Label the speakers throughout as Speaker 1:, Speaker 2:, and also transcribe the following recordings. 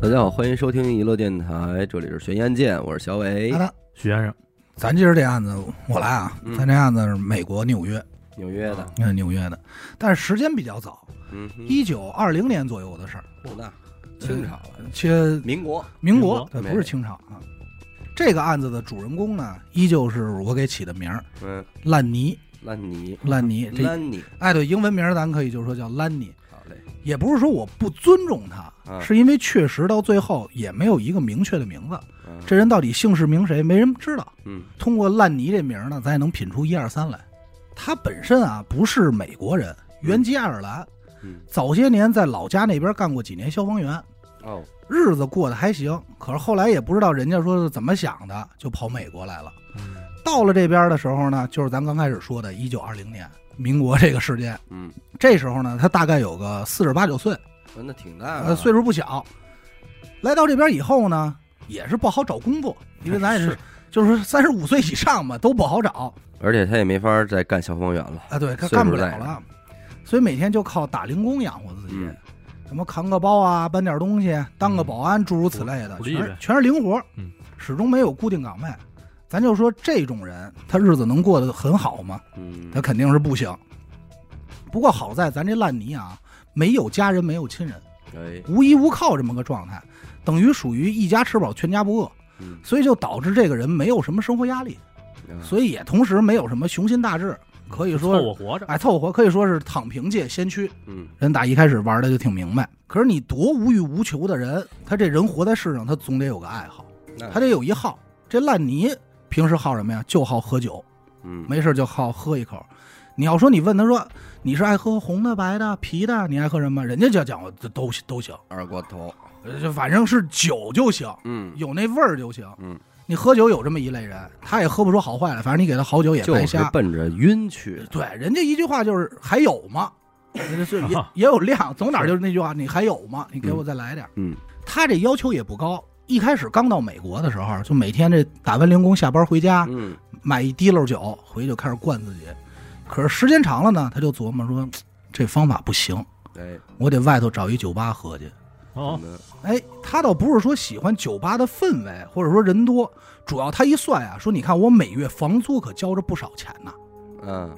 Speaker 1: 大家好，欢迎收听娱乐电台，这里是悬疑案件，我是小伟
Speaker 2: 好。的，
Speaker 3: 许先生，
Speaker 2: 咱今儿这案子我来啊
Speaker 1: 嗯，
Speaker 2: 咱这案子是美国纽约，
Speaker 1: 纽约的，
Speaker 2: 嗯，纽约的，但是时间比较早，
Speaker 1: 嗯哼，
Speaker 2: 一九二零年左右的事儿，
Speaker 1: 不大，清朝了，
Speaker 2: 且
Speaker 1: 民嗯国，
Speaker 2: 民
Speaker 3: 民
Speaker 2: 国
Speaker 3: 国，
Speaker 2: 对，
Speaker 1: 没
Speaker 2: 不是清朝啊。这个案子的主人公呢，依旧是我给起的名儿，
Speaker 1: 嗯，
Speaker 2: 烂泥，
Speaker 1: 烂泥，
Speaker 2: 烂泥，这
Speaker 1: 烂泥，
Speaker 2: 哎，对，英文名儿咱可以就是说叫烂泥，
Speaker 1: 好嘞，
Speaker 2: 也不是说我不尊重他，
Speaker 1: 嗯
Speaker 2: 是因为确实到最后也没有一个明确的名字，
Speaker 1: 嗯
Speaker 2: 这人到底姓氏名谁，没人知道。
Speaker 1: 嗯
Speaker 2: 通过烂泥这名儿呢，咱也能品出一二三来。他本身啊不是美国人，原籍爱尔兰，
Speaker 1: 嗯，
Speaker 2: 早些年在老家那边干过几年消防员，
Speaker 1: 哦，
Speaker 2: 日子过得还行。可是后来也不知道人家说是怎么想的，就跑美国来了。
Speaker 3: 嗯
Speaker 2: 到了这边的时候呢，就是咱刚开始说的1920年民国这个事件。
Speaker 1: 嗯，
Speaker 2: 这时候呢，他大概有个四十八九岁，
Speaker 1: 啊那挺大
Speaker 2: 呃，
Speaker 1: 的，
Speaker 2: 岁数不小。来到这边以后呢，也是不好找工作，因为咱也是
Speaker 3: 是，
Speaker 2: 就是三十五岁以上嘛，都不好找。
Speaker 1: 而且他也没法再干消防员了，
Speaker 2: 啊，对，干
Speaker 1: 岁数
Speaker 2: 干不
Speaker 1: 在
Speaker 2: 了了，所以每天就靠打零工养活自己，
Speaker 1: 嗯
Speaker 2: 什么扛个包啊，搬点东西，当个保安，诸如此类的，
Speaker 3: 苦力
Speaker 2: 全是
Speaker 3: 呗
Speaker 2: 全是零活，
Speaker 3: 嗯，
Speaker 2: 始终没有固定岗位。咱就说这种人，他日子能过得很好吗？
Speaker 1: 嗯
Speaker 2: 他肯定是不行。不过好在咱这烂泥啊，没有家人，没有亲人，
Speaker 1: 哎，
Speaker 2: 无依无靠这么个状态，等于属于一家吃饱全家不饿，
Speaker 1: 嗯，
Speaker 2: 所以就导致这个人没有什么生活压力，
Speaker 1: 啊
Speaker 2: 所以也同时没有什么雄心大志，可以说
Speaker 3: 凑合活着，
Speaker 2: 哎，凑合活可以说是躺平界先驱。
Speaker 1: 嗯
Speaker 2: 人打一开始玩的就挺明白，可是你多无欲无求的人，他这人活在世上，他总得有个爱好，
Speaker 1: 那
Speaker 2: 他得有一好。这烂泥平时好什么呀？就好喝酒，
Speaker 1: 嗯
Speaker 2: 没事就好喝一口。你要说你问他说你是爱喝红的、白的、啤的，你爱喝什么？人家就讲我都都都行，
Speaker 1: 二锅头，
Speaker 2: 呃就反正是酒就行，
Speaker 1: 嗯，
Speaker 2: 有那味儿就行。
Speaker 1: 嗯，
Speaker 2: 你喝酒有这么一类人，他也喝不出好坏来，反正你给他好酒也白
Speaker 1: 就是
Speaker 2: 瞎。
Speaker 1: 奔着晕去的，
Speaker 2: 对，人家一句话就是还有吗？就是也也有量，走哪儿就是那句话，你还有吗？你给我再来点儿。
Speaker 1: 啊嗯
Speaker 2: 他这要求也不高，一开始刚到美国的时候，就每天这打完零工下班回家，
Speaker 1: 嗯
Speaker 2: 买一滴漏酒回去就开始灌自己。可是时间长了呢，他就琢磨说，这方法不行，
Speaker 1: 哎，嗯
Speaker 2: 我得外头找一酒吧喝去。
Speaker 3: 哦，
Speaker 2: 哎，他倒不是说喜欢酒吧的氛围，或者说人多，主要他一算啊，说你看我每月房租可交着不少钱呢、
Speaker 1: 嗯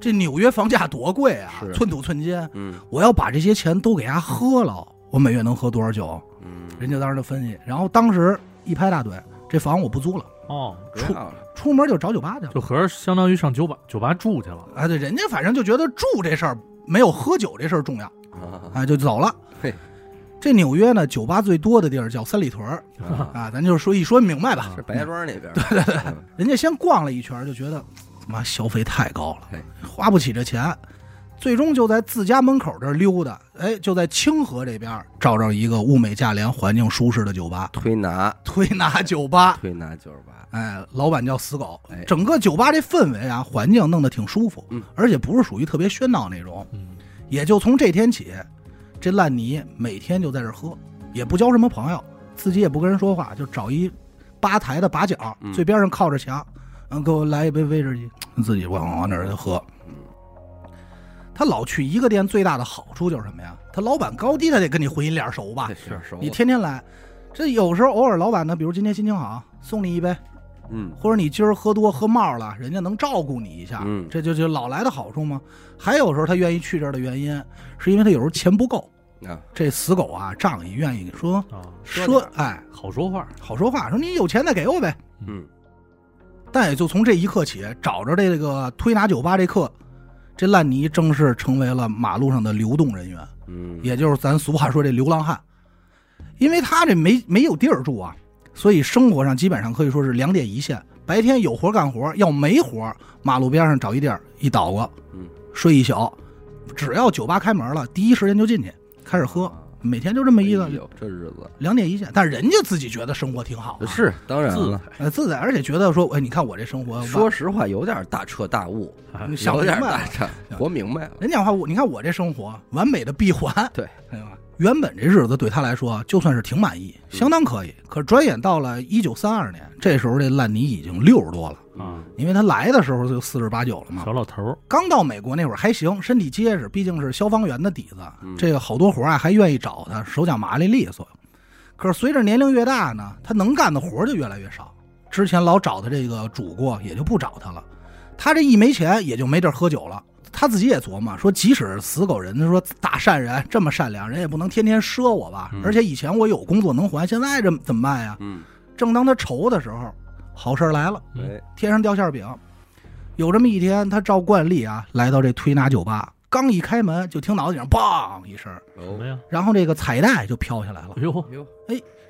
Speaker 2: 这纽约房价多贵啊
Speaker 1: 是，
Speaker 2: 寸土寸金。
Speaker 1: 嗯
Speaker 2: 我要把这些钱都给他喝了，我每月能喝多少酒？
Speaker 1: 嗯，
Speaker 2: 人家当时就分析，然后当时一拍大腿，这房我不租了，
Speaker 3: 哦，
Speaker 1: 别闹了，
Speaker 2: 出门就找酒吧去了。
Speaker 3: 就合着相当于上酒吧酒吧住去了，
Speaker 2: 哎，对，人家反正就觉得住这事儿没有喝酒这事儿重要，
Speaker 1: 啊
Speaker 2: 哎，就走了
Speaker 1: 嘿。
Speaker 2: 这纽约呢，酒吧最多的地儿叫三里屯儿
Speaker 1: 啊
Speaker 2: 啊，咱就说一说明白吧。
Speaker 3: 啊
Speaker 1: 是白家庄那边，嗯对对对，
Speaker 2: 人家先逛了一圈儿，就觉得妈消费太高了
Speaker 1: 嘿，
Speaker 2: 花不起这钱，最终就在自家门口这儿溜达，哎，就在清河这边儿找着一个物美价廉、环境舒适的酒吧，
Speaker 1: 推拿
Speaker 2: 推拿酒吧。
Speaker 1: 推拿九十八，
Speaker 2: 哎，老板叫死狗
Speaker 1: 哎，
Speaker 2: 整个酒吧这氛围啊，环境弄得挺舒服，
Speaker 1: 嗯
Speaker 2: 而且不是属于特别喧闹那种。
Speaker 3: 嗯，
Speaker 2: 也就从这天起，这烂泥每天就在这儿喝，也不交什么朋友，自己也不跟人说话，就找一吧台的把角，
Speaker 1: 嗯
Speaker 2: 最边上靠着墙，嗯，给我来一杯威士忌，自己往往那儿就喝。
Speaker 1: 嗯
Speaker 2: 他老去一个店，最大的好处就是什么呀？他老板高低他得跟你混一脸熟吧
Speaker 1: 这？啊是熟了，
Speaker 2: 你天天来，这有时候偶尔老板呢，比如今天心情好，送你一杯，
Speaker 1: 嗯
Speaker 2: 或者你今儿喝多喝冒了，人家能照顾你一下，
Speaker 1: 嗯
Speaker 2: 这就就老来的好处吗？还有时候他愿意去这儿的原因，是因为他有时候钱不够，
Speaker 1: 啊，
Speaker 2: 这死狗啊仗义，愿意说
Speaker 3: 啊，
Speaker 1: 说
Speaker 2: 说
Speaker 1: 点儿
Speaker 2: 哎
Speaker 3: 好说话，
Speaker 2: 好说话，说你有钱再给我呗。
Speaker 1: 嗯
Speaker 2: 但也就从这一刻起，找着这个推拿酒吧这刻，这烂泥正式成为了马路上的流动人员，
Speaker 1: 嗯，
Speaker 2: 也就是咱俗话说这流浪汉，因为他这没没有地儿住啊，所以生活上基本上可以说是两点一线。白天有活干活，要没活，马路边上找一地儿一倒过，
Speaker 1: 嗯，
Speaker 2: 睡一宿，只要酒吧开门了，第一时间就进去开始喝，
Speaker 1: 啊
Speaker 2: 每天就这么一个
Speaker 1: 哎呦这日子
Speaker 2: 两点一线。但人家自己觉得生活挺好、啊，
Speaker 1: 是当然了。
Speaker 2: 呃自在，而且觉得说，哎，你看我这生活，
Speaker 1: 说实话，有点大彻大悟，
Speaker 2: 你想
Speaker 1: 有
Speaker 2: 明
Speaker 1: 点
Speaker 2: 白
Speaker 1: 大
Speaker 2: 了。
Speaker 1: 彻，活明白了。
Speaker 2: 人讲话，我你看我这生活完美的闭环，
Speaker 1: 对，
Speaker 2: 对吧？原本这日子对他来说就算是挺满意，相当可以。可是转眼到了一九三二年，这时候这烂泥已经六十多了，
Speaker 3: 啊，
Speaker 2: 因为他来的时候就四十八九了嘛。
Speaker 3: 小老头儿，
Speaker 2: 刚到美国那会儿还行，身体结实，毕竟是消防员的底子
Speaker 1: 嗯，
Speaker 2: 这个好多活儿啊还愿意找他，手脚麻利利索。可是随着年龄越大呢，他能干的活儿就越来越少。之前老找他这个主顾也就不找他了，他这一没钱也就没地儿喝酒了。他自己也琢磨说，即使死狗人，他说大善人这么善良，人也不能天天赊我吧。
Speaker 1: 嗯
Speaker 2: 而且以前我有工作能还，现在这怎么办呀？
Speaker 1: 嗯，
Speaker 2: 正当他愁的时候，好事儿来了。
Speaker 3: 嗯
Speaker 1: 哎，
Speaker 2: 天上掉馅儿饼。有这么一天，他照惯例啊，来到这推拿酒吧，刚一开门就听脑袋顶上梆一声，
Speaker 3: 什么
Speaker 1: 哦，
Speaker 3: 哎呀？
Speaker 2: 然后这个彩带就飘下来了
Speaker 3: 哎。呦，
Speaker 1: 哟，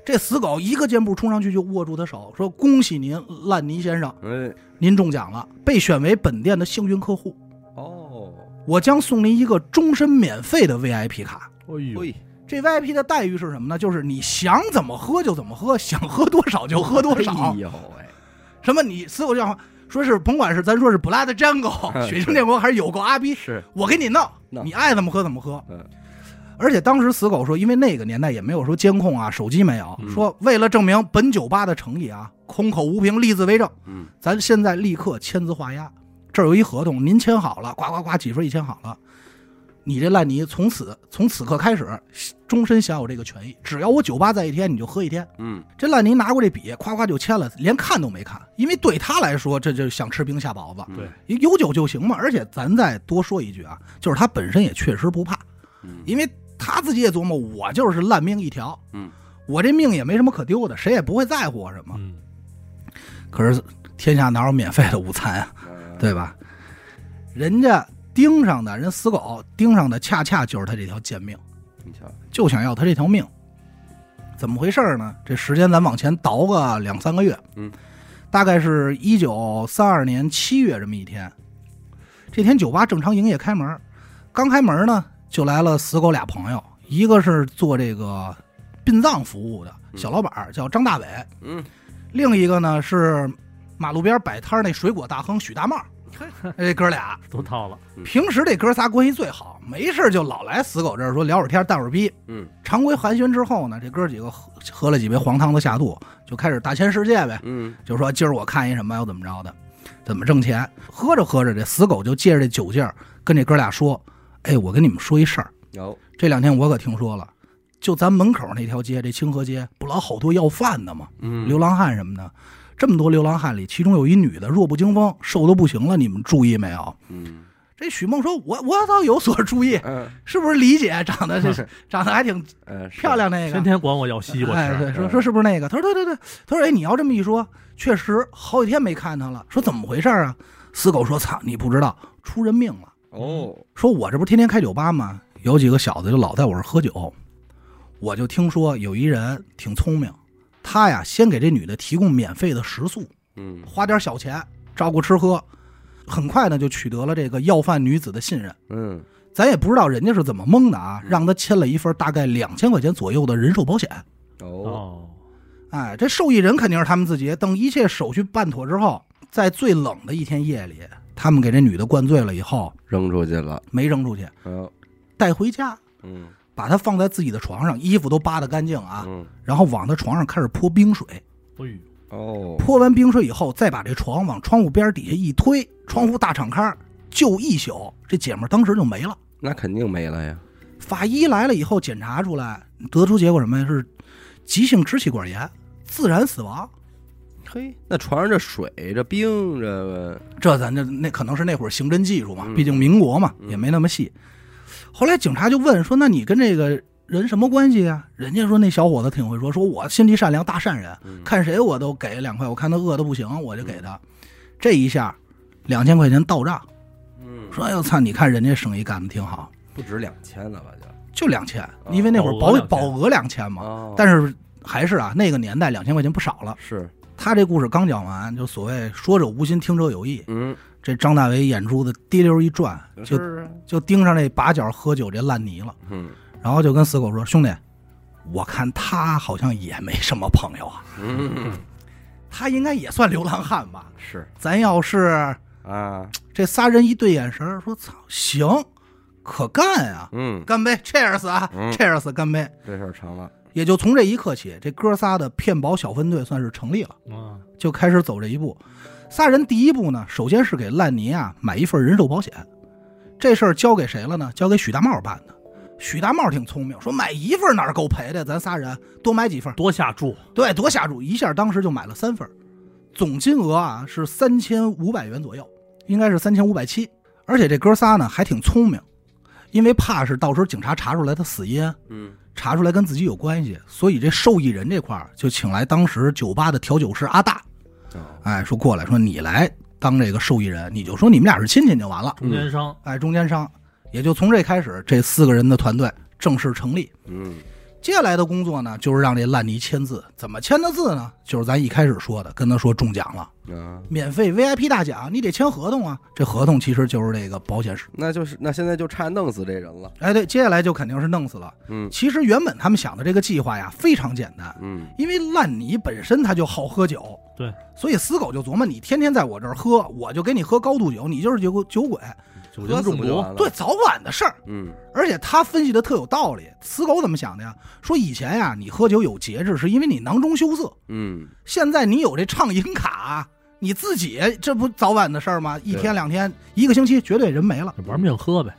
Speaker 2: 这死狗一个箭步冲上去就握住他手，说：“恭喜您，烂泥先生，
Speaker 1: 哎，
Speaker 2: 您中奖了，被选为本店的幸运客户。
Speaker 1: 哦，
Speaker 2: 我将送您一个终身免费的 VIP 卡。
Speaker 3: 哎呦，
Speaker 1: 嘿，
Speaker 2: 这 VIP 的待遇是什么呢？就是你想怎么喝就怎么喝，想喝多少就喝 多少。
Speaker 1: 哎呦喂，
Speaker 2: 什么你死狗叫说是甭管是咱说是布拉德詹狗、
Speaker 1: 嗯
Speaker 2: 水晶电国还是有狗阿 逼，
Speaker 1: 是，
Speaker 2: 我给你弄，
Speaker 1: 弄
Speaker 2: 你爱怎么喝怎么喝。
Speaker 1: 嗯
Speaker 2: 而且当时死狗说，因为那个年代也没有说监控啊，手机没有，
Speaker 1: 嗯
Speaker 2: 说为了证明本酒吧的诚意啊，空口无凭，立字为证，
Speaker 1: 嗯，
Speaker 2: 咱现在立刻签字画押。这儿有一合同，您签好了，呱呱呱，几份一签好了，你这烂泥从此从此刻开始，终身享有这个权益。只要我酒吧在一天，你就喝一天。
Speaker 1: 嗯，
Speaker 2: 这烂泥拿过这笔，夸夸就签了，连看都没看，因为对他来说，这就想吃冰下雹子。
Speaker 1: 嗯
Speaker 3: 对，
Speaker 2: 有酒就行嘛。而且咱再多说一句啊，就是他本身也确实不怕，
Speaker 1: 嗯，
Speaker 2: 因为他自己也琢磨，我就是烂命一条，
Speaker 1: 嗯，
Speaker 2: 我这命也没什么可丢的，谁也不会在乎我什么。
Speaker 3: 嗯，
Speaker 2: 可是天下哪有免费的午餐啊，
Speaker 1: 嗯，
Speaker 2: 对吧？人家盯上的人死狗盯上的，恰恰就是他这条贱命，
Speaker 1: 你瞧，
Speaker 2: 就想要他这条命。怎么回事儿呢？这时间咱往前倒个两三个月，
Speaker 1: 嗯，
Speaker 2: 大概是一九三二年七月这么一天，这天酒吧正常营业开门，刚开门呢就来了死狗俩朋友，一个是做这个殡葬服务的小老板儿叫张大伟，
Speaker 1: 嗯，
Speaker 2: 另一个呢是马路边摆摊儿那水果大亨许大 茂，这哥俩
Speaker 3: 都到了，
Speaker 2: 平时这哥仨关系最好，没事儿就老来死狗这儿说聊会儿天儿、淡会儿逼。
Speaker 1: 嗯，
Speaker 2: 常规寒暄之后呢，这哥几个喝喝了几杯黄汤子下肚，就开始大千世界呗，
Speaker 1: 嗯，
Speaker 2: 就说今儿我看一什么，又怎么着的，怎么挣钱。喝着喝着，这死狗就借着这酒劲儿跟这哥俩说：“哎，我跟你们说一事儿，
Speaker 1: 嗯有，
Speaker 2: 这两天我可听说了，就咱门口那条街，这清河街不老好多要饭的吗？
Speaker 1: 嗯，
Speaker 2: 流浪汉什么的。”这么多流浪汉里，其中有一女的弱不禁风，瘦的不行了，你们注意没有？
Speaker 1: 嗯，
Speaker 2: 这许梦说：“我我倒有所注意，
Speaker 1: 嗯，
Speaker 2: 是不是李姐长得 是长得还挺
Speaker 1: 嗯，是
Speaker 2: 漂，亮那
Speaker 3: 天
Speaker 2: 个？
Speaker 3: 天管我要西瓜
Speaker 2: 哎，
Speaker 3: 吃，
Speaker 2: 对，说说是不是那个？他说对对对，他说哎，你要这么一说，确实好几天没看她了。说怎么回事儿啊？死狗说操，你不知道出人命了。
Speaker 1: 哦，
Speaker 2: 说我这不是天天开酒吧吗？有几个小子就老在我这儿喝酒，我就听说有一人挺聪明，他呀先给这女的提供免费的食宿，
Speaker 1: 嗯，
Speaker 2: 花点小钱照顾吃喝，很快呢就取得了这个要饭女子的信任。
Speaker 1: 嗯，
Speaker 2: 咱也不知道人家是怎么蒙的啊，
Speaker 1: 嗯
Speaker 2: 让他签了一份大概两千块钱左右的人寿保险。
Speaker 1: 哦，
Speaker 3: 哦，
Speaker 2: 哎，这受益人肯定是他们自己。等一切手续办妥之后，在最冷的一天夜里，他们给这女的灌醉了以后，
Speaker 1: 扔出去了，
Speaker 2: 没扔出去，
Speaker 1: 哦，
Speaker 2: 带回家，
Speaker 1: 嗯，
Speaker 2: 把她放在自己的床上，衣服都扒得干净啊，
Speaker 1: 嗯，
Speaker 2: 然后往她床上开始泼冰水。
Speaker 3: 哎呦，
Speaker 1: 哦，
Speaker 2: 泼完冰水以后，再把这床往窗户边底下一推，窗户大敞开，就一宿，这姐们儿当时就没了。
Speaker 1: 那肯定没了呀，
Speaker 2: 法医来了以后检查出来，得出结果什么呀？是急性支气管炎，自然死亡。
Speaker 1: 嘿，那船上这水，这冰，这个，
Speaker 2: 这咱就那可能是那会儿刑侦技术嘛，
Speaker 1: 嗯
Speaker 2: 毕竟民国嘛，
Speaker 1: 嗯
Speaker 2: 也没那么细。后来警察就问说：“那你跟这个人什么关系啊？”人家说那小伙子挺会说，说我心地善良，大善人，
Speaker 1: 嗯，
Speaker 2: 看谁我都给两块，我看他饿的不行，我就给他。这一下，两千块钱到账，
Speaker 1: 嗯，
Speaker 2: 说：“哎呦操，你看人家生意干得挺好，
Speaker 1: 不止两千了吧？就，
Speaker 2: 就两千，因为那会儿
Speaker 3: 保
Speaker 2: 保保
Speaker 3: 额
Speaker 2: 额两千嘛。
Speaker 1: 哦，
Speaker 2: 但是还是啊，那个年代两千块钱不少了。
Speaker 1: 是，
Speaker 2: 他这故事刚讲完，就所谓说者无心，听者有意。
Speaker 1: 嗯，，
Speaker 2: 这张大伟眼珠子滴溜一转，就是就盯上那把角喝酒这烂泥了，
Speaker 1: 嗯，
Speaker 2: 然后就跟死狗说：“兄弟，我看他好像也没什么朋友啊，
Speaker 1: 嗯，
Speaker 2: 他应该也算流浪汉吧？
Speaker 1: 是
Speaker 2: 咱要是
Speaker 1: 啊，
Speaker 2: 这仨人一对眼神儿，说操，行，可干啊，
Speaker 1: 嗯，
Speaker 2: 干杯，cheers 啊、
Speaker 1: 嗯
Speaker 2: c h e e r s 干杯。”
Speaker 1: 这事儿成了，
Speaker 2: 也就从这一刻起，这哥仨的骗保小分队算是成立了。
Speaker 3: 啊，
Speaker 2: 就开始走这一步。仨人第一步呢，首先是给烂泥啊买一份人寿保险，这事儿交给谁了呢？交给许大茂办的。许大茂挺聪明，说买一份哪儿够赔的？咱仨人多买几份，
Speaker 3: 多下注，
Speaker 2: 对，多下注，一下当时就买了三份儿，总金额啊是三千五百元左右，应该是三千五百七。而且这哥仨呢还挺聪明，因为怕是到时候警察查出来他死因，
Speaker 1: 嗯，
Speaker 2: 查出来跟自己有关系，所以这受益人这块儿就请来当时酒吧的调酒师阿大，
Speaker 1: 哦
Speaker 2: 哎，说过来说你来当这个受益人，你就说你们俩是亲戚就完了，
Speaker 3: 中间商
Speaker 2: 哎，中间商，也就从这开始，这四个人的团队正式成立。
Speaker 1: 嗯，
Speaker 2: 接下来的工作呢，就是让这烂泥签字。怎么签的字呢？就是咱一开始说的，跟他说中奖了，
Speaker 1: 啊，
Speaker 2: 免费 VIP 大奖，你得签合同啊。这合同其实就是这个保险是。
Speaker 1: 那就是那现在就差弄死这人了，
Speaker 2: 哎，对，接下来就肯定是弄死了。
Speaker 1: 嗯
Speaker 2: 其实原本他们想的这个计划呀，非常简单，
Speaker 1: 嗯
Speaker 2: 因为烂泥本身他就好喝酒，
Speaker 3: 对，
Speaker 2: 所以死狗就琢磨，你天天在我这儿喝，我就给你喝高度酒，你就是酒酒鬼，
Speaker 3: 酒精
Speaker 1: 喝
Speaker 3: 中
Speaker 1: 死不就
Speaker 3: 毒
Speaker 1: 完，了
Speaker 2: 对，早晚的事儿。
Speaker 1: 哦嗯
Speaker 2: 而且他分析的特有道理。死狗怎么想的呀？说以前呀，你喝酒有节制，是因为你囊中羞涩；
Speaker 1: 嗯，
Speaker 2: 现在你有这畅饮卡，你自己这不早晚的事儿吗？一天两天，一个星期，绝对人没了。
Speaker 3: 玩命喝呗，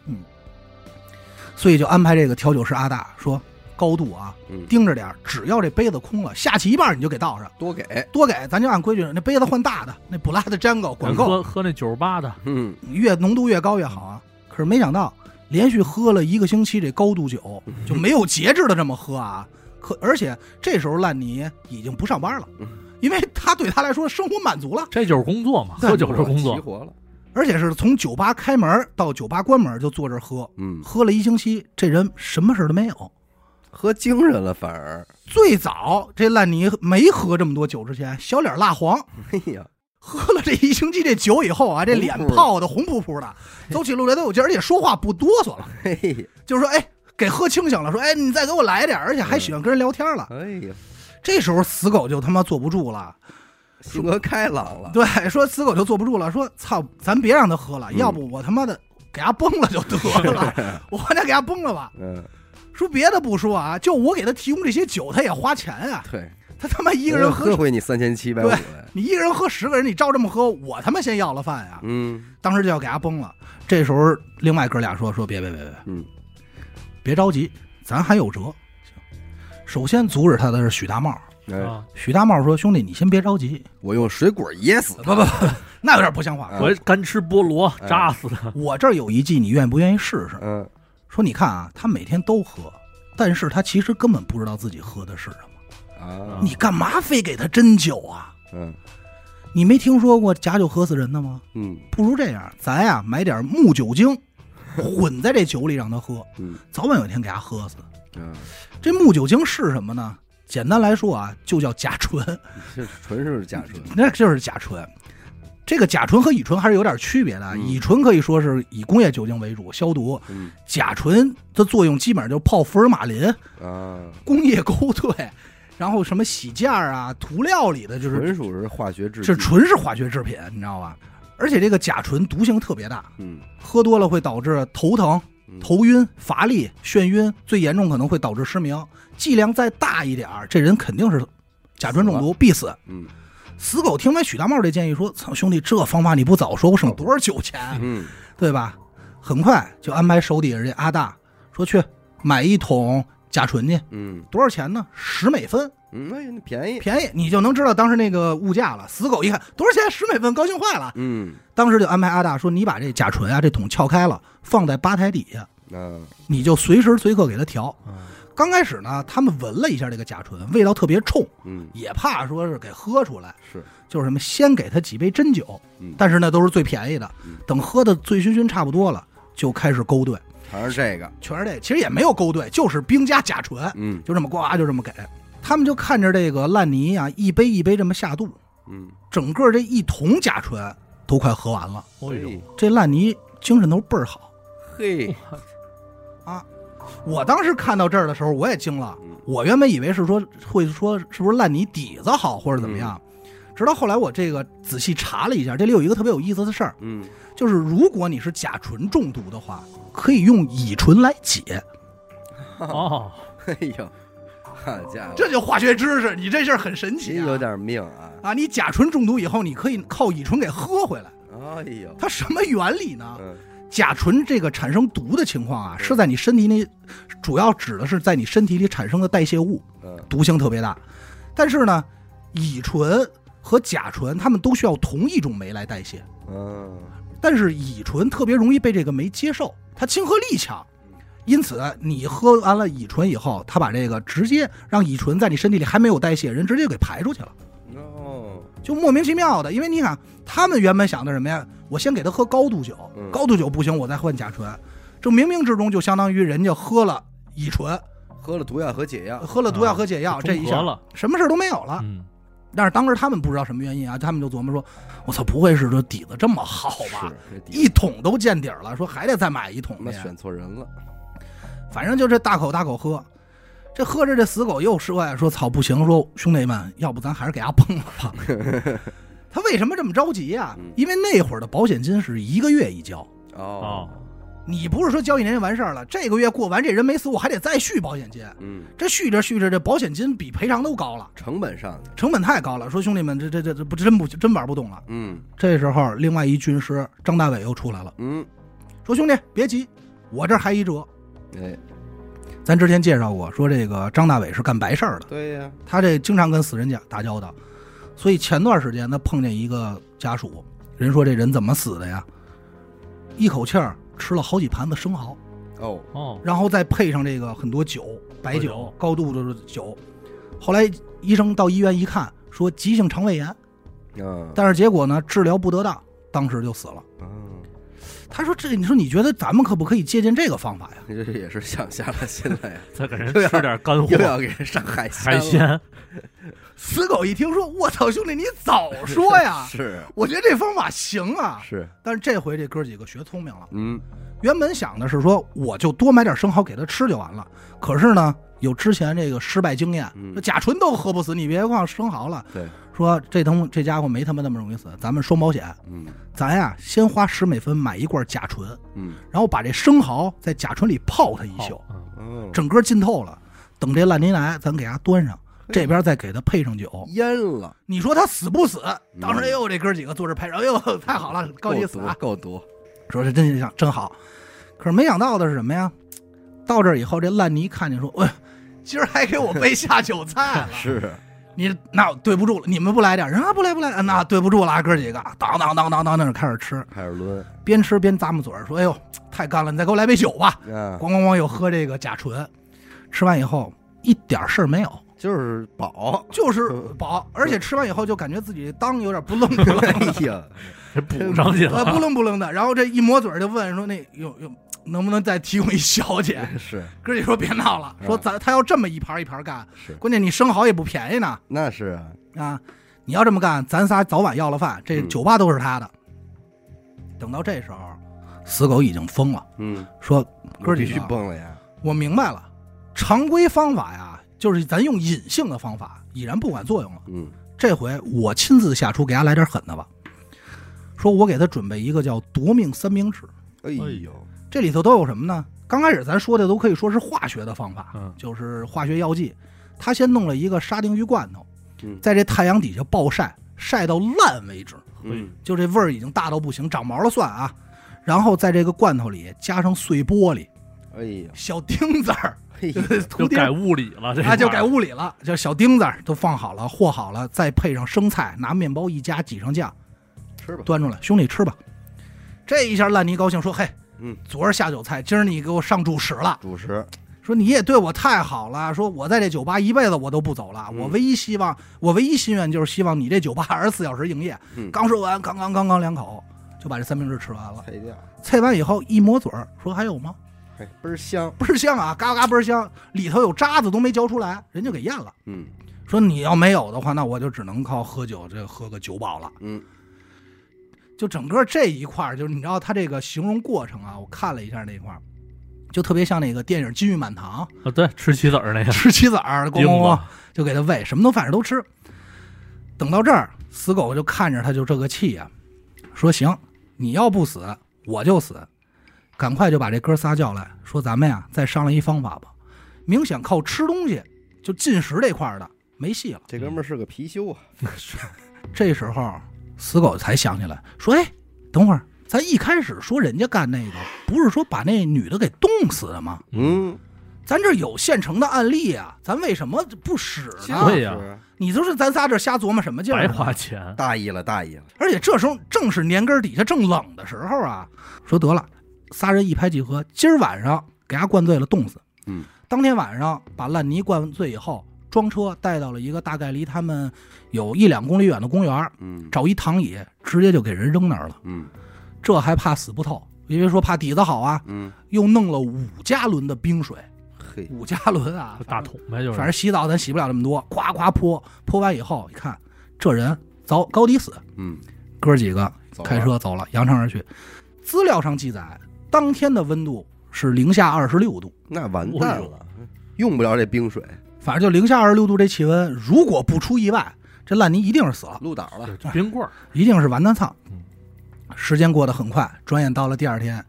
Speaker 2: 所以就安排这个调酒师阿大说：“高度啊，
Speaker 1: 嗯
Speaker 2: 盯着点儿，只要这杯子空了，下去一半你就给倒上，
Speaker 1: 多给，
Speaker 2: 多给，咱就按规矩，那杯子换大的，那布拉德詹狗管够，
Speaker 3: 喝喝那九十八的，
Speaker 1: 嗯
Speaker 2: 越浓度越高越好啊。”可是没想到，连续喝了一个星期这高度酒，
Speaker 1: 嗯
Speaker 2: 就没有节制的这么喝啊。可而且这时候烂泥已经不上班了
Speaker 1: 嗯，
Speaker 2: 因为他对他来说生活满足了，
Speaker 3: 这就是工作嘛，
Speaker 2: 对
Speaker 3: 喝酒是工
Speaker 1: 齐
Speaker 3: 作，
Speaker 1: 活了，
Speaker 2: 而且是从酒吧开门到酒吧关门就坐这儿喝，
Speaker 1: 嗯，
Speaker 2: 喝了一星期，这人什么事儿都没有。
Speaker 1: 喝精神了反而，
Speaker 2: 最早这烂泥没喝这么多酒之前，小脸蜡黄，
Speaker 1: 哎呀，
Speaker 2: 喝了这一星期这酒以后啊，这脸
Speaker 1: 红扑扑
Speaker 2: 泡的红扑扑的，走起路来都有劲儿，而且说话不哆嗦了，
Speaker 1: 嘿呀，
Speaker 2: 就是说哎。给喝清醒了，说：“哎，你再给我来点儿，而且
Speaker 1: 嗯
Speaker 2: 还喜欢跟人聊天了。
Speaker 1: 哎呀，
Speaker 2: 这时候死狗就他妈坐不住了，
Speaker 1: 性格开朗了，
Speaker 2: 对，说死狗就坐不住了，说操，咱别让他喝了，
Speaker 1: 嗯
Speaker 2: 要不我他妈的给他崩了就得了， 我得给他崩了吧。
Speaker 1: 嗯，
Speaker 2: 说别的不说啊，就我给他提供这些酒，他也花钱啊，
Speaker 1: 对，
Speaker 2: 他他妈一个人
Speaker 1: 我喝
Speaker 2: 喝，
Speaker 1: 回你三千七百五来，
Speaker 2: 你一个人喝十个人，你照这么喝，我他妈先要了饭呀、
Speaker 1: 嗯
Speaker 2: 当时就要给他崩了。这时候另外哥俩说说别别别别
Speaker 1: 嗯
Speaker 2: 别着急，咱还有辙。行首先阻止他的是许大茂，
Speaker 1: 哎，
Speaker 3: 啊，
Speaker 2: 许大茂说兄弟你先别着急，
Speaker 1: 我用水果噎死他，
Speaker 2: 不不不， 那有点不像 话。
Speaker 1: 嗯
Speaker 3: 我干吃菠萝
Speaker 1: 哎
Speaker 3: 扎死的，
Speaker 2: 我这儿有一计，你愿不愿意试试？
Speaker 1: 嗯，
Speaker 2: 说你看啊，他每天都喝，但是他其实根本不知道自己喝的是什么。
Speaker 1: 啊，
Speaker 2: 你干嘛非给他针灸啊？
Speaker 1: 嗯
Speaker 2: 你没听说过假酒喝死人的吗？
Speaker 1: 嗯
Speaker 2: 不如这样，咱呀买点木酒精，混在这酒里让他喝，
Speaker 1: 嗯
Speaker 2: 早晚有一天给他喝死。
Speaker 1: 嗯，
Speaker 2: 这木酒精是什么呢？简单来说啊，就叫甲醇，
Speaker 1: 这纯是假纯，
Speaker 2: 嗯那就是甲醇。这个甲醇和乙醇还是有点区别的啊。
Speaker 1: 嗯
Speaker 2: 乙醇可以说是以工业酒精为主消毒，
Speaker 1: 嗯
Speaker 2: 甲醇的作用基本上就是泡福尔马林、
Speaker 1: 啊，
Speaker 2: 工业勾兑，然后什么洗件儿啊、涂料里的，就是
Speaker 1: 纯属是化学制
Speaker 2: 这
Speaker 1: 剂，
Speaker 2: 纯是化学制品，你知道吧？而且这个甲醇毒性特别大，
Speaker 1: 嗯，
Speaker 2: 喝多了会导致头疼、
Speaker 1: 嗯
Speaker 2: 头晕、乏力、眩晕，最严重可能会导致失明。剂量再大一点儿，这人肯定是甲醇中毒，必死。
Speaker 1: 嗯
Speaker 2: 死狗听完许大茂这建议，说：“操，兄弟，这方法你不早说，我省多少酒钱，啊
Speaker 1: 嗯
Speaker 2: 对吧？”很快就安排手底下这阿大说去买一桶甲醇去，
Speaker 1: 嗯
Speaker 2: 多少钱呢？十美分，
Speaker 1: 嗯，哎，那便宜，
Speaker 2: 便宜，你就能知道当时那个物价了。死狗一看多少钱，十美分，高兴坏了。
Speaker 1: 嗯
Speaker 2: 当时就安排阿大说：“你把这甲醇啊，这桶撬开了，放在吧台底下，
Speaker 1: 啊，
Speaker 2: 你就随时随刻给它调。
Speaker 3: 啊”
Speaker 2: 刚开始呢，他们闻了一下这个甲醇，味道特别冲，
Speaker 1: 嗯
Speaker 2: 也怕说是给喝出来，
Speaker 1: 是，
Speaker 2: 就是什么先给他几杯真酒
Speaker 1: 嗯，
Speaker 2: 但是呢都是最便宜的
Speaker 1: 嗯。
Speaker 2: 等喝的醉醺醺差不多了，就开始勾兑，
Speaker 1: 尝尝这个，
Speaker 2: 全是这，其实也没有勾兑，就是冰加甲醇，
Speaker 1: 嗯
Speaker 2: 就这么呱就这么给。他们就看着这个烂泥啊，一杯一杯这么下肚，
Speaker 1: 嗯，
Speaker 2: 整个这一桶甲醇都快喝完了。
Speaker 3: 哎呦，
Speaker 2: 这烂泥精神头倍儿好。
Speaker 1: 嘿，
Speaker 2: 我当时看到这儿的时候，我也惊了
Speaker 1: 嗯。
Speaker 2: 我原本以为是说会说是不是烂泥底子好或者怎么样，
Speaker 1: 嗯
Speaker 2: 直到后来我这个仔细查了一下，这里有一个特别有意思的事儿，
Speaker 1: 嗯
Speaker 2: 就是如果你是甲醇中毒的话，可以用乙醇来解，
Speaker 3: 哦，
Speaker 1: 哎呦，好家伙，
Speaker 2: 这就化学知识。你这事儿很神奇、
Speaker 1: 真
Speaker 2: 啊，
Speaker 1: 有点命啊，
Speaker 2: 啊！你甲醇中毒以后，你可以靠乙醇给喝回来，
Speaker 1: 哎呦，
Speaker 2: 它什么原理呢？
Speaker 1: 嗯
Speaker 2: 甲醇这个产生毒的情况啊，是在你身体里，主要指的是在你身体里产生的代谢物，
Speaker 1: 嗯
Speaker 2: 毒性特别大。但是呢，乙醇和甲醇它们都需要同一种酶来代谢，
Speaker 1: 嗯，
Speaker 2: 但是乙醇特别容易被这个酶接受，它亲和力强，因此你喝完了乙醇以后，它把这个直接让乙醇在你身体里还没有代谢，人直接给排出去了，
Speaker 1: 哦，
Speaker 2: 就莫名其妙的。因为你想，他们原本想的什么呀？我先给他喝高度酒
Speaker 1: 嗯，
Speaker 2: 高度酒不行，我再换甲醇，这冥冥之中就相当于人家喝了乙醇，
Speaker 1: 喝了毒药和解药，
Speaker 2: 喝了毒药
Speaker 3: 啊
Speaker 2: 和解药，这
Speaker 3: 中
Speaker 2: 一
Speaker 3: 和
Speaker 2: 下啊
Speaker 3: 了，
Speaker 2: 什么事儿都没有了。
Speaker 3: 嗯，
Speaker 2: 但是当时他们不知道什么原因啊，他们就琢磨说：“我操，不会是这底子这么好吧？
Speaker 1: 是，这底
Speaker 2: 一桶都见底儿了，说还得再买一桶
Speaker 1: 那
Speaker 2: 去。
Speaker 1: 选错人了，
Speaker 2: 反正就这大口大口喝，这喝着这死狗又说呀，说操不行，说兄弟们，要不咱还是给他崩了 吧。他为什么这么着急呀、
Speaker 1: 嗯
Speaker 2: 因为那会儿的保险金是一个月一交，
Speaker 1: 哦，
Speaker 3: 哦，
Speaker 2: 你不是说交一年就完事儿了，这个月过完这人没死，我还得再续保险金。
Speaker 1: 嗯，
Speaker 2: 这续着续着，这保险金比赔偿都高了，
Speaker 1: 成本上去，
Speaker 2: 成本太高了。说兄弟们，这这这这不真不真玩不动了。
Speaker 1: 嗯
Speaker 2: 这时候，另外一军师张大伟又出来了，
Speaker 1: 嗯，
Speaker 2: 说：“兄弟，别急，我这儿还一折。
Speaker 1: 哎，
Speaker 2: 咱之前介绍过，说这个张大伟是干白事儿的，
Speaker 1: 对呀，
Speaker 2: 他这经常跟死人家打交道，所以前段时间他碰见一个家属，人说这人怎么死的呀？一口气儿吃了好几盘子生蚝，
Speaker 1: 哦，
Speaker 3: 哦，
Speaker 2: 然后再配上这个很多酒，白
Speaker 3: 喝
Speaker 2: 酒
Speaker 3: 酒、
Speaker 2: 高度的酒。后来医生到医院一看，说急性肠胃炎，
Speaker 1: 嗯，
Speaker 2: 但是结果呢治疗不得当，当时就死了。”
Speaker 1: 嗯，
Speaker 2: 他说：“这，你说你觉得咱们可不可以借鉴这个方法呀
Speaker 1: 这也是想下了心了 呀，
Speaker 3: 再给人
Speaker 2: 啊
Speaker 1: 又要
Speaker 3: 吃点干货
Speaker 1: 又要给人上海
Speaker 3: 海
Speaker 1: 鲜了，
Speaker 3: 鲜，？”
Speaker 2: 死狗一听说：“我操，兄弟，你早说呀！
Speaker 1: 是
Speaker 2: 我觉得这方法行啊。
Speaker 1: 是，”
Speaker 2: 但是这回这哥几个学聪明了，
Speaker 1: 嗯
Speaker 2: 原本想的是说我就多买点生蚝给他吃就完了。可是呢，有之前这个失败经验
Speaker 1: 嗯，
Speaker 2: 这甲醇都喝不死，你别忘生蚝了。
Speaker 1: 对，
Speaker 2: 说这他妈这家伙没他妈那么容易死，咱们双保险，
Speaker 1: 嗯
Speaker 2: 咱呀先花十美分买一罐甲醇，
Speaker 1: 嗯，
Speaker 2: 然后把这生蚝在甲醇里泡它一宿。
Speaker 3: 好，嗯
Speaker 1: 哦，
Speaker 2: 整个浸透了。等这烂泥来，咱给它端上，
Speaker 1: 哎
Speaker 2: 这边再给它配上酒。
Speaker 1: 腌了，
Speaker 2: 你说他死不死？当时
Speaker 1: 嗯
Speaker 2: 哎呦，这哥几个坐这拍手，哎呦，太好了，高级死啊！
Speaker 1: 够毒，够毒
Speaker 2: 说这真想真好。可是没想到的是什么呀？到这儿以后，这烂泥看见说，哎，今儿还给我备下酒菜了。
Speaker 1: 是，
Speaker 2: 你那对不住了，你们不来点儿？啊，不来不来，啊那对不住了啊，哥几个，当当当当当，那开始吃，
Speaker 1: 海尔伦，
Speaker 2: 边吃边咂摸嘴儿，说，哎呦，太干了，你再给我来杯酒吧。
Speaker 1: 啊，
Speaker 2: 咣咣咣又喝这个甲醇，吃完以后一点儿事儿没有，
Speaker 1: 就是饱，
Speaker 2: 就是饱，而且吃完以后就感觉自己当有点不愣不愣
Speaker 1: 哎
Speaker 2: 的，
Speaker 1: 呀，
Speaker 3: 给补上去
Speaker 2: 呃，不
Speaker 3: 了，
Speaker 2: 愣不愣的。然后这一抹嘴儿就问说那有有能不能再提供一小姐？
Speaker 1: 是
Speaker 2: 哥儿姐说别闹了，说咱他要这么一盘一盘干，
Speaker 1: 是，
Speaker 2: 关键你生蚝也不便宜呢
Speaker 1: 那是啊，
Speaker 2: 啊！你要这么干，咱仨早晚要了饭，这
Speaker 1: 嗯
Speaker 2: 酒吧都是他的。等到这时候，死狗已经疯了，
Speaker 1: 嗯，
Speaker 2: 说哥
Speaker 1: 我
Speaker 2: 儿几
Speaker 1: 必
Speaker 2: 个
Speaker 1: 须崩了呀，
Speaker 2: 我明白了，常规方法呀，就是咱用隐性的方法已然不管作用了。
Speaker 1: 嗯
Speaker 2: 这回我亲自下厨，给他来点狠的吧。说我给他准备一个叫夺命三明治，
Speaker 1: 哎呦，
Speaker 2: 这里头都有什么呢？刚开始咱说的都可以说是化学的方法，
Speaker 3: 嗯
Speaker 2: 就是化学药剂。他先弄了一个沙丁鱼罐头
Speaker 1: 嗯，
Speaker 2: 在这太阳底下暴晒，晒到烂为止，
Speaker 1: 嗯，
Speaker 2: 就这味儿已经大到不行，长毛了算啊。然后在这个罐头里加上碎玻璃、
Speaker 1: 哎呦，
Speaker 2: 小钉子儿，
Speaker 1: 嘿，
Speaker 2: 涂
Speaker 3: 就
Speaker 2: 钉儿
Speaker 3: 改物理了，这
Speaker 2: 啊，就
Speaker 3: 块
Speaker 2: 改
Speaker 3: 儿
Speaker 2: 物理了，就小钉子儿都放好了，和好了，再配上生菜，拿面包一夹，挤上酱，
Speaker 1: 吃吧，
Speaker 2: 端出来，兄弟吃吧。这一下烂泥高兴说：“嘿，
Speaker 1: 嗯，
Speaker 2: 昨儿下酒菜，今儿你给我上主食了。
Speaker 1: 主食，
Speaker 2: 说你也对我太好了，说我在这酒吧一辈子我都不走了，
Speaker 1: 嗯
Speaker 2: 我唯一希望，我唯一心愿就是希望你这酒吧二十四小时营业。
Speaker 1: 嗯，
Speaker 2: 刚说完，刚刚刚刚两口就把这三明治吃完了，
Speaker 1: 配料，
Speaker 2: 菜完以后一抹嘴儿，说还有吗？
Speaker 1: 嘿，哎倍儿香，
Speaker 2: 倍儿香啊，嘎嘎倍儿香，里头有渣子都没嚼出来，人就给咽了。”
Speaker 1: 嗯
Speaker 2: 说你要没有的话，那我就只能靠喝酒，这喝个酒保了。
Speaker 1: 嗯，
Speaker 2: 就整个这一块儿，就是你知道他这个形容过程啊，我看了一下那一块儿，就特别像那个电影《金玉满 堂
Speaker 3: 啊，对，吃棋子儿那》，个，
Speaker 2: 吃啊棋子儿，咣
Speaker 3: 钉
Speaker 2: 咣咣
Speaker 3: 子，
Speaker 2: 就给他喂，什么都反正都吃。等到这儿，死狗就看着他就这个气呀、说行，你要不死我就死，赶快就把这哥仨叫来，说咱们呀再商量一方法吧。明显靠吃东西就进食这块儿的没戏了。
Speaker 1: 这哥们儿是个貔貅啊，
Speaker 2: 这时候，死狗才想起来，说：“哎，等会儿，咱一开始说人家干那个，不是说把那女的给冻死的吗？
Speaker 1: 嗯，
Speaker 2: 咱这有现成的案例啊，咱为什么不使呢？
Speaker 3: 对呀
Speaker 2: 你就是咱仨这瞎琢磨什么劲儿
Speaker 3: 白
Speaker 2: 呢？
Speaker 3: 花钱，
Speaker 1: 大意了，大意了，
Speaker 2: 而且这时候正是年根儿底下正冷的时候啊，说得了，仨人一拍即合，今儿晚上给他灌醉了，冻死。
Speaker 1: 嗯，
Speaker 2: 当天晚上把烂泥灌醉以后，装车带到了一个大概离他们有一两公里远的公园儿，
Speaker 1: 嗯
Speaker 2: 找一躺椅，直接就给人扔那儿了。
Speaker 1: 嗯
Speaker 2: 这还怕死不透？因为说怕底子好啊，
Speaker 1: 嗯，
Speaker 2: 又弄了五加仑的冰水，
Speaker 1: 嘿，
Speaker 2: 五加仑啊，
Speaker 3: 大桶呗，就是。
Speaker 2: 反正洗澡咱洗不了这么多，夸夸泼，泼完以后一看，这人早高低死，
Speaker 1: 嗯，
Speaker 2: 哥几个
Speaker 1: 走了
Speaker 2: 开，车走了，扬长而去。资料上记载，当天的温度是零下二十六度，
Speaker 1: 那完蛋了，用不了这冰水，
Speaker 2: 反正就零下二十六度这气温，如果不出意外，这烂泥一定是死了，
Speaker 1: 路倒了，
Speaker 3: 就冰棍儿，
Speaker 2: 一定是完蛋操
Speaker 3: 嗯。
Speaker 2: 时间过得很快，转眼到了第二天。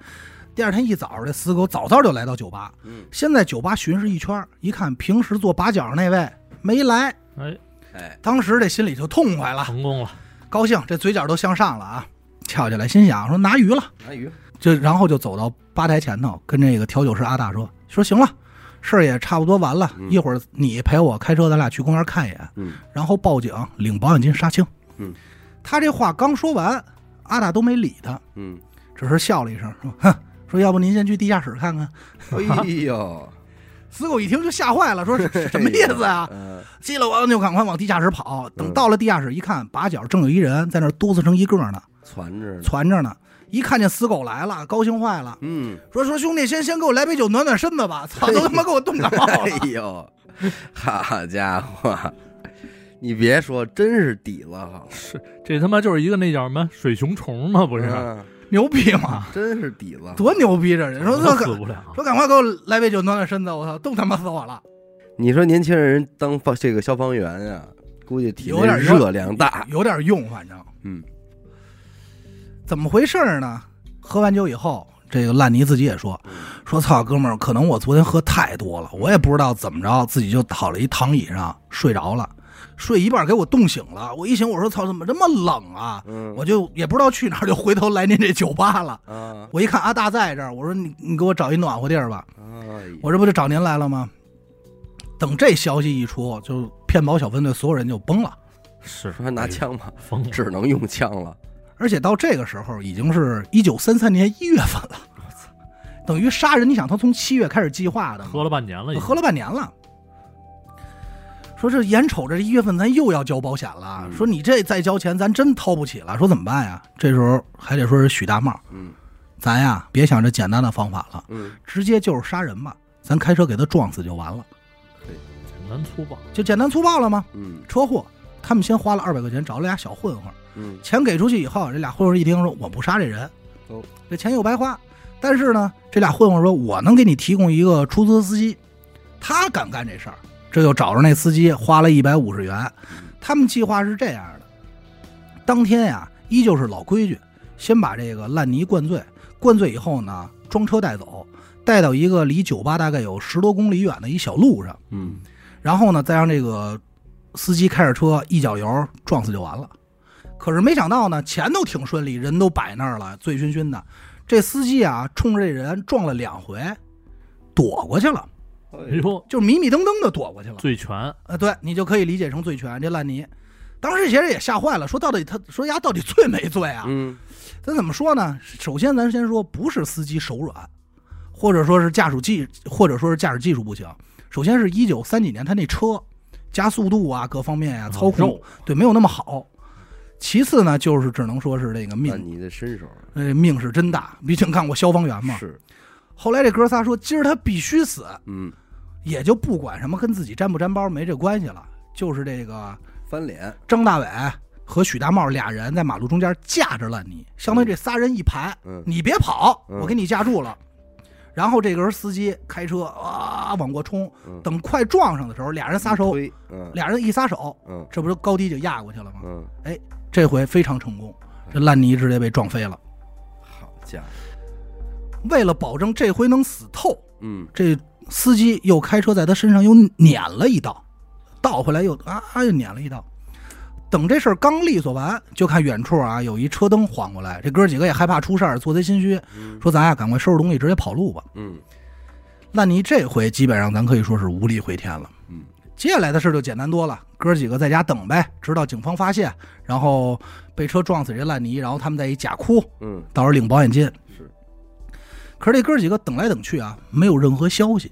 Speaker 2: 第二天一早，这死狗早早就来到酒吧，
Speaker 1: 嗯，
Speaker 2: 先在酒吧巡视一圈，一看平时做把角那位没来，
Speaker 3: 哎，
Speaker 1: 哎，
Speaker 2: 当时这心里就痛快了，
Speaker 3: 成功了，
Speaker 2: 高兴，这嘴角都向上了啊，翘起来，心想说拿鱼了，
Speaker 1: 拿鱼，
Speaker 2: 就然后就走到吧台前头，跟这个调酒师阿大说说行了，事儿也差不多完了，
Speaker 1: 嗯
Speaker 2: 一会儿你陪我开车，咱俩去公园看一眼，
Speaker 1: 嗯
Speaker 2: 然后报警领保险金杀青。
Speaker 1: 嗯，
Speaker 2: 他这话刚说完，阿大都没理他，
Speaker 1: 嗯，
Speaker 2: 只是笑了一声说哼，说要不您先去地下室看看。
Speaker 1: 哎呦，
Speaker 2: 死狗一听就吓坏 了，说什么意思啊？
Speaker 1: 嗯
Speaker 2: 急了我就赶快往地下室跑。等
Speaker 1: 嗯
Speaker 2: 到了地下室一看，把角正有一人在那儿哆嗦成一个呢，
Speaker 1: 攒着呢，
Speaker 2: 攒着呢。一看见死狗来了，高兴坏了，
Speaker 1: 嗯，
Speaker 2: 说说兄弟，先先给我来杯酒暖暖身子吧！操，都他妈给我冻着
Speaker 1: 哎
Speaker 2: 了。
Speaker 1: 呦，好家伙，你别说，真是底子好，
Speaker 3: 是这他妈就是一个那叫什么水熊虫嘛，不
Speaker 1: 不
Speaker 3: 是？
Speaker 2: 嗯牛逼吗？
Speaker 1: 真是底子，
Speaker 2: 多牛逼这人！说
Speaker 3: 都
Speaker 2: 说
Speaker 3: 死
Speaker 2: 赶
Speaker 3: 不了，
Speaker 2: 说赶快给我来杯酒暖暖身子！我操，冻他妈死我了！
Speaker 1: 你说年轻人当防这个消防员啊，估计体内
Speaker 2: 有点
Speaker 1: 热量大。
Speaker 2: 有点用，反正
Speaker 1: 啊嗯，
Speaker 2: 怎么回事儿呢？喝完酒以后，这个烂泥自己也说说操哥们儿，可能我昨天喝太多了，我也不知道怎么着，自己就躺了一躺椅上睡着了，睡一半给我冻醒了。我一醒，我说操，怎么这么冷啊？
Speaker 1: 嗯
Speaker 2: 我就也不知道去哪儿，就回头来您这酒吧了。
Speaker 1: 啊，
Speaker 2: 我一看阿大在这儿，我说你你给我找一暖和地儿吧，
Speaker 1: 哎呦
Speaker 2: 我这不就找您来了吗？等这消息一出，就骗保小分队所有人就崩了，
Speaker 3: 是哎
Speaker 1: 说还拿枪
Speaker 2: 哎
Speaker 1: 吧，
Speaker 3: 疯了，
Speaker 1: 只能用枪了。
Speaker 2: 而且到这个时候已经是一九三三年一月份了，等于杀人，你想他从七月开始计划的嘛，
Speaker 3: 喝了半年了已经，
Speaker 2: 喝了半年了。说这眼瞅着这一月份咱又要交保险了，
Speaker 1: 嗯
Speaker 2: 说你这再交钱咱真掏不起了，说怎么办呀？这时候还得说是许大茂，
Speaker 1: 嗯
Speaker 2: 咱呀别想这简单的方法了，
Speaker 1: 嗯，
Speaker 2: 直接就是杀人吧，咱开车给他撞死就完了，
Speaker 3: 简单粗暴，
Speaker 2: 就简单粗暴了吗？
Speaker 1: 嗯
Speaker 2: 车祸，他们先花了二百块钱找了俩小混混，
Speaker 1: 嗯
Speaker 2: 钱给出去以后，这俩混混一听说我不杀这人，
Speaker 1: 哦，
Speaker 2: 这钱又白花。但是呢，这俩混混说我能给你提供一个出租车司机，他敢干这事儿，这就找着那司机花了一百五十元。
Speaker 1: 嗯
Speaker 2: 他们计划是这样的：当天呀，依旧是老规矩，先把这个烂泥灌醉，灌醉以后呢，装车带走，带到一个离酒吧大概有十多公里远的一小路上，
Speaker 1: 嗯，
Speaker 2: 然后呢，再让这个司机开着车一脚油撞死就完了。可是没想到呢，前头挺顺利，人都摆那儿了，醉醺醺的。这司机啊，冲着这人撞了两回，躲过去了，
Speaker 3: 哎呦，
Speaker 2: 就是迷迷瞪瞪的躲过去了。
Speaker 3: 醉拳，
Speaker 2: 呃，对你就可以理解成醉拳。这烂泥，当时这些人也吓坏了，说到底他说丫到底醉没醉啊？
Speaker 1: 嗯
Speaker 2: 咱怎么说呢？首先，咱先说不是司机手软，或者说是驾驶技，或者说是驾驶技术不行。首先是一九三几年，他那车加速度啊，各方面啊，操控
Speaker 3: 肉
Speaker 2: 对没有那么好。其次呢，就是只能说是这个
Speaker 1: 那
Speaker 2: 命，
Speaker 1: 你的身手
Speaker 2: 呃，命是真大。毕竟干过消防员嘛。
Speaker 1: 是，
Speaker 2: 后来这哥仨说，今儿他必须死，
Speaker 1: 嗯，
Speaker 2: 也就不管什么跟自己沾不沾包没这关系了。就是这个
Speaker 1: 翻脸，
Speaker 2: 张大伟和许大茂俩人在马路中间架着烂泥，相当于这仨人一排，
Speaker 1: 嗯
Speaker 2: 你别跑，
Speaker 1: 嗯
Speaker 2: 我给你架住了。然后这个人司机开车啊往过冲，
Speaker 1: 嗯
Speaker 2: 等快撞上的时候，俩人撒手，
Speaker 1: 推，嗯
Speaker 2: 俩人一撒手，
Speaker 1: 嗯
Speaker 2: 这不就高低就压过去了吗？
Speaker 1: 嗯，
Speaker 2: 这回非常成功，这烂泥直接被撞飞了。
Speaker 1: 好家伙，
Speaker 2: 为了保证这回能死透，
Speaker 1: 嗯
Speaker 2: 这司机啊又开车在他身上又碾了一道，倒回来又啊又碾了一道。等这事儿刚利索完，就看远处啊有一车灯晃过来，这哥几个也害怕出事儿，做贼心虚，
Speaker 1: 嗯
Speaker 2: 说咱俩赶快收拾东西，直接跑路吧。
Speaker 1: 嗯
Speaker 2: 烂泥这回基本上咱可以说是无力回天了。
Speaker 1: 嗯
Speaker 2: 接下来的事就简单多了，哥几个在家等呗，直到警方发现，然后被车撞死这烂泥，然后他们再一假哭，
Speaker 1: 嗯，
Speaker 2: 到时候领保险金。
Speaker 1: 是，
Speaker 2: 可是这哥几个等来等去啊，没有任何消息，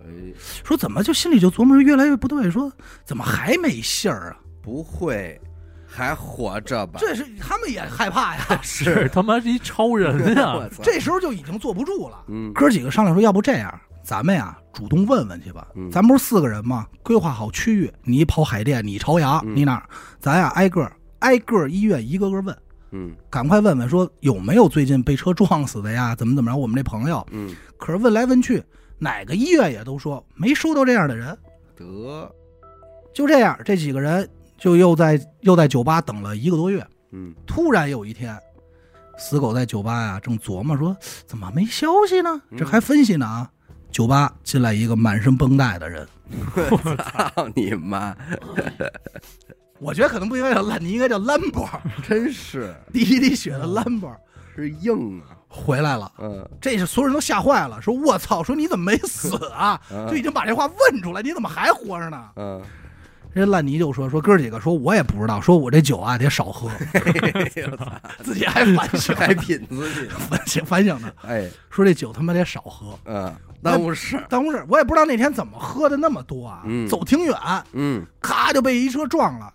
Speaker 1: 哎，
Speaker 2: 说怎么就心里就琢磨着越来越不对，说怎么还没信 儿啊？
Speaker 1: 不会还活着吧？
Speaker 2: 这是他们也害 怕呀，
Speaker 3: 是他妈是一 超人
Speaker 1: 我
Speaker 3: 呀！
Speaker 1: 操，
Speaker 2: 这时候就已经坐不住了。
Speaker 1: 嗯
Speaker 2: 哥几个商量说，要不这样，咱们呀主动问问去吧。
Speaker 1: 嗯
Speaker 2: 咱不是四个人吗？规划好区域，你跑海淀，你朝阳，
Speaker 1: 嗯
Speaker 2: 你哪儿？咱呀挨个儿挨个儿医院一个个问，
Speaker 1: 嗯
Speaker 2: 赶快问问说有没有最近被车撞死的呀？怎么怎么着？我们这朋友，
Speaker 1: 嗯，
Speaker 2: 可是问来问去，哪个医院也都说没收到这样的人。
Speaker 1: 得，
Speaker 2: 就这样，这几个人就又在又在酒吧等了一个多月。
Speaker 1: 嗯
Speaker 2: 突然有一天，死狗在酒吧呀、正琢磨说怎么没消息呢？
Speaker 1: 嗯
Speaker 2: 这还分析呢啊！酒吧进来一个满身绷带的人，
Speaker 1: 操你妈，
Speaker 2: 我觉得可能不应该叫烂泥，应该叫兰博，
Speaker 1: 真是
Speaker 2: 第一 滴血的兰博
Speaker 1: 是硬啊，
Speaker 2: 回来了。
Speaker 1: 嗯
Speaker 2: 这是所有人都吓坏了，说我操，说你怎么没死 啊？
Speaker 1: 嗯
Speaker 2: 就已经把这话问出来，你怎么还活着呢？
Speaker 1: 嗯，
Speaker 2: 人家烂泥就说说哥几个，说我也不知道，说我这酒啊得少 喝，
Speaker 1: 哎
Speaker 2: 自己还反省
Speaker 1: 还品自己，
Speaker 2: 反省反省呢，
Speaker 1: 哎，
Speaker 2: 说这酒他妈得少喝。
Speaker 1: 嗯，耽误事儿，
Speaker 2: 当回事，我也不知道那天怎么喝的那么多啊，
Speaker 1: 嗯
Speaker 2: 走挺远，
Speaker 1: 嗯
Speaker 2: 咔就被一车撞了。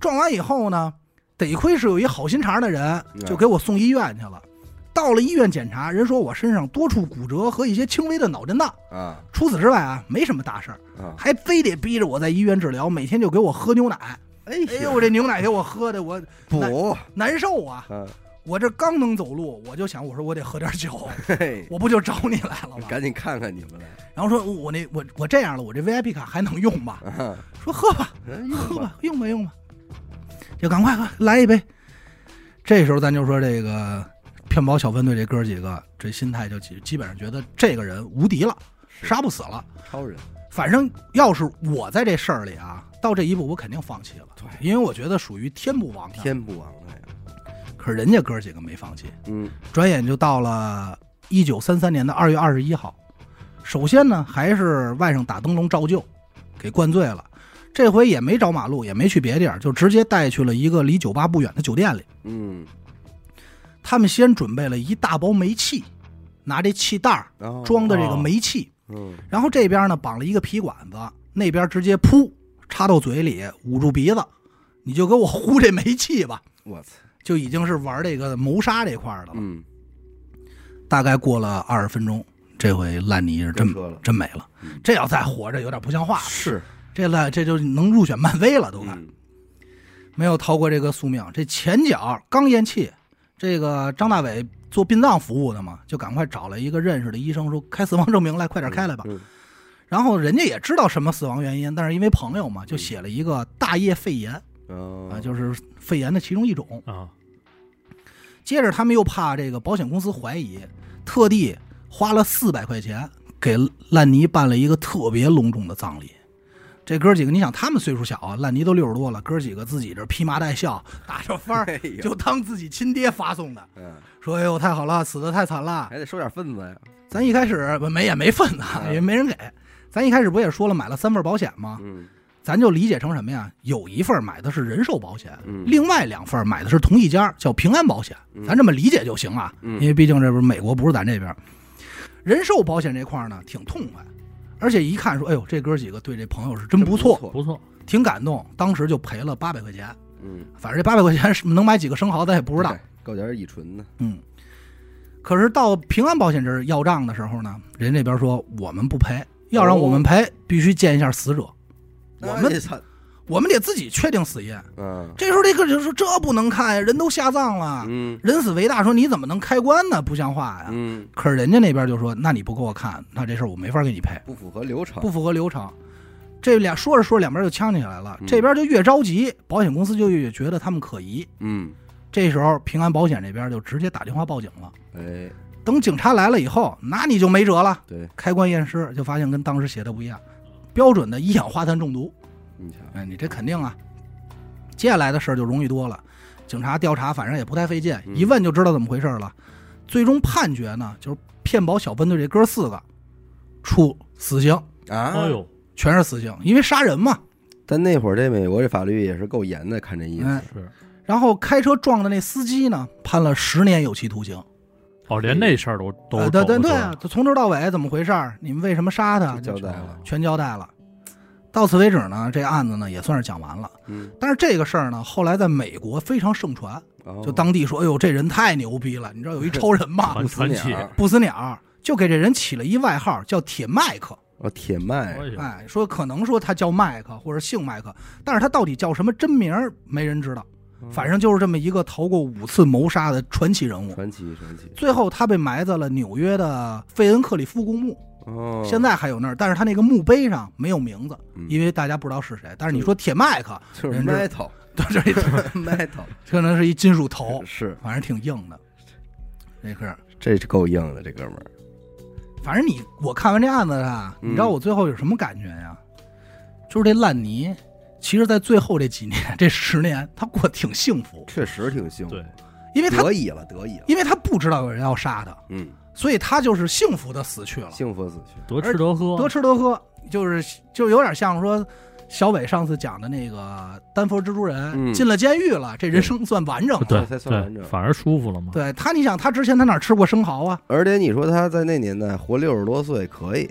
Speaker 2: 撞完以后呢，得亏是有一好心肠的人，
Speaker 1: 嗯
Speaker 2: 就给我送医院去了。到了医院检查，人说我身上多处骨折和一些轻微的脑震荡，
Speaker 1: 啊
Speaker 2: 除此之外啊，没什么大事儿，
Speaker 1: 啊，
Speaker 2: 还非得逼着我在医院治疗，每天就给我喝牛奶。
Speaker 1: 哎
Speaker 2: 哎啊呦，这牛奶给我喝的我
Speaker 1: 补，
Speaker 2: 难受啊！
Speaker 1: 嗯，
Speaker 2: 我这刚能走路，我就想我说我得喝点酒，
Speaker 1: 嘿，
Speaker 2: 我不就找你来了吗？
Speaker 1: 赶紧看看你们来，
Speaker 2: 然后说我那我我这样了，我这 VIP 卡还能用吗？
Speaker 1: 啊，
Speaker 2: 说喝吧，
Speaker 1: 人
Speaker 2: 喝
Speaker 1: 硬吧，
Speaker 2: 吧，用吧用吧，就赶快喝来一杯。这时候咱就说这个骗保小分队这哥几个这心态就基基本上觉得这个人无敌了，
Speaker 1: 是
Speaker 2: 杀不死了。
Speaker 1: 超人，
Speaker 2: 反正要是我在这事儿里啊，到这一步我肯定放弃了，对，因为我觉得属于天不亡的。
Speaker 1: 天不啊亡的呀，
Speaker 2: 可是人家哥几个没放弃，
Speaker 1: 嗯
Speaker 2: 转眼就到了一九三三年的二月二十一号。首先呢，还是外甥打灯笼照旧，给灌醉了。这回也没找马路，也没去别地儿，就直接带去了一个离酒吧不远的酒店里。
Speaker 1: 嗯，
Speaker 2: 他们先准备了一大包煤气，拿这气袋儿
Speaker 1: 然后
Speaker 2: 装的这个煤气，
Speaker 1: 嗯
Speaker 2: 然后这边呢绑了一个皮管子，那边直接噗插到嘴里，捂住鼻子，你就给我呼这煤气吧，
Speaker 1: 我操，
Speaker 2: 就已经是玩这个谋杀这块儿的了。
Speaker 1: 嗯，
Speaker 2: 大概过了二十分钟，这回烂泥是真
Speaker 1: 真说了
Speaker 2: 真没了
Speaker 1: 嗯。
Speaker 2: 这要再活着，有点不像话了。
Speaker 1: 是，
Speaker 2: 这烂这就能入选漫威了，都快、
Speaker 1: 嗯
Speaker 2: 没有逃过这个宿命。这前脚刚咽气，这个张大伟做殡葬服务的嘛，就赶快找了一个认识的医生，说开死亡证明来，快点开来吧。
Speaker 1: 嗯
Speaker 2: 然后人家也知道什么死亡原因，但是因为朋友嘛，就写了一个大叶肺炎
Speaker 1: 嗯
Speaker 2: 啊，就是肺炎的其中一种。
Speaker 3: 啊，
Speaker 2: 接着他们又怕这个保险公司怀疑，特地花了四百块钱给烂泥办了一个特别隆重的葬礼。这哥几个，你想他们岁数小啊，烂泥都六十多了，哥几个自己这披麻戴孝，打着幡儿，
Speaker 1: 哎呦
Speaker 2: 啊就当自己亲爹发送的，
Speaker 1: 嗯，
Speaker 2: 说：“哎呦，太好了，死的太惨了。
Speaker 1: 还得收点份子呀，”
Speaker 2: 咱一开始不没也没份子，
Speaker 1: 嗯
Speaker 2: 也没人给。咱一开始不也说了买了三份保险吗？
Speaker 1: 嗯
Speaker 2: 咱就理解成什么呀？有一份买的是人寿保险，
Speaker 1: 嗯
Speaker 2: 另外两份买的是同一家，叫平安保险，
Speaker 1: 嗯
Speaker 2: 咱这么理解就行啊。
Speaker 1: 嗯
Speaker 2: 因为毕竟这不是美国，不是咱这边。人寿保险这块儿呢，挺痛快，而且一看说，哎呦，这哥几个对这朋友是真不错，
Speaker 1: 真不
Speaker 3: 不错，
Speaker 2: 挺感动。当时就赔了八百块钱，
Speaker 1: 嗯，
Speaker 2: 反正这八百块钱是能买几个生蚝，咱也不知道
Speaker 1: 对。，搞点乙醇呢，
Speaker 2: 嗯。可是到平安保险这儿要账的时候呢，人这边说我们不赔，要让我们
Speaker 1: 哦
Speaker 2: 赔，必须见一下死者，我们
Speaker 1: 哎操，
Speaker 2: 我们得自己确定死因。
Speaker 1: 嗯
Speaker 2: 这时候这个人说这不能看呀，人都下葬了，
Speaker 1: 嗯
Speaker 2: 人死为大，说你怎么能开棺呢？不像话呀！
Speaker 1: 嗯，
Speaker 2: 可是人家那边就说，那你不给我看，那这事儿我没法给你赔，
Speaker 1: 不符合流程，
Speaker 2: 不符合流程。这俩说着说着，两边就呛起来了
Speaker 1: 嗯，
Speaker 2: 这边就越着急，保险公司就越觉得他们可疑。
Speaker 1: 嗯，
Speaker 2: 这时候平安保险这边就直接打电话报警了。
Speaker 1: 哎，
Speaker 2: 等警察来了以后，那你就没辙了。
Speaker 1: 对，
Speaker 2: 开棺验尸就发现跟当时写的不一样，标准的一氧化碳中毒。
Speaker 1: 你瞧，
Speaker 2: 哎，你这肯定啊。接下来的事儿就容易多了，警察调查反正也不太费劲，
Speaker 1: 嗯
Speaker 2: 一问就知道怎么回事儿了。最终判决呢，就是骗保小分队这哥四个处死刑，
Speaker 1: 啊，
Speaker 3: 哎呦，
Speaker 2: 全是死刑，因为杀人嘛。
Speaker 1: 但那会儿这美国这法律也是够严的，看这意思
Speaker 2: 嗯，
Speaker 3: 是
Speaker 2: 然后开车撞的那司机呢，判了十年有期徒刑。
Speaker 3: 哦，连那事儿都都
Speaker 2: 呃
Speaker 3: 都
Speaker 2: 对对
Speaker 3: 都
Speaker 2: 对啊，就从头到尾怎么回事儿？你们为什么杀他？
Speaker 1: 就交代了。
Speaker 2: 全交代了。到此为止呢，这案子呢也算是讲完了。
Speaker 1: 嗯，
Speaker 2: 但是这个事儿呢，后来在美国非常盛传，
Speaker 1: 哦
Speaker 2: 就当地说：“哎呦，这人太牛逼了！”你知道有一超人 吗？
Speaker 3: 传传奇，
Speaker 1: 鸟
Speaker 2: 不死啊鸟就给这人起了一外号叫铁麦克。
Speaker 1: 哦，铁麦
Speaker 3: 哎呦
Speaker 2: 哎，说可能说他叫麦克或者姓麦克，但是他到底叫什么真名儿没人知道。反正就是这么一个逃过五次谋杀的传奇人物。
Speaker 1: 嗯传奇传奇哦
Speaker 2: 最后，他被埋在了纽约的费恩克里夫公墓，
Speaker 1: 哦，
Speaker 2: 现在还有那儿，但是他那个墓碑上没有名字，
Speaker 1: 嗯
Speaker 2: 因为大家不知道是谁。但是你说铁 麦克，
Speaker 1: 就是
Speaker 2: 人这
Speaker 1: metal
Speaker 2: 这
Speaker 1: metal
Speaker 2: 可能是一金属头，
Speaker 1: 是
Speaker 2: 反正挺硬的。这是，
Speaker 1: 这是够硬的这哥们儿，反
Speaker 2: 反正你我看完这案子啊，
Speaker 1: 嗯
Speaker 2: 你知道我最后有什么感觉呀？就是这烂泥，其实在最后这几年， 这十年他过得挺幸福，
Speaker 1: 确实挺幸福
Speaker 3: 对，，
Speaker 2: 因为他
Speaker 1: 得以了得以了，
Speaker 2: 因为他不知道有人要杀他，
Speaker 1: 嗯，
Speaker 2: 所以他就是幸福的死去了，
Speaker 1: 幸福死去，
Speaker 3: 得吃得喝，
Speaker 2: 得吃得喝，就是就有点像说小伟上次讲的那个丹佛蜘蛛人、
Speaker 1: 嗯
Speaker 2: 进了监狱了，这人生算完整了。
Speaker 3: 对
Speaker 1: 才算完整
Speaker 3: 对，反而舒服了嘛。
Speaker 2: 对他，你想他之前他哪吃过生蚝啊？
Speaker 1: 而且你说他在那年代活六十多岁可以，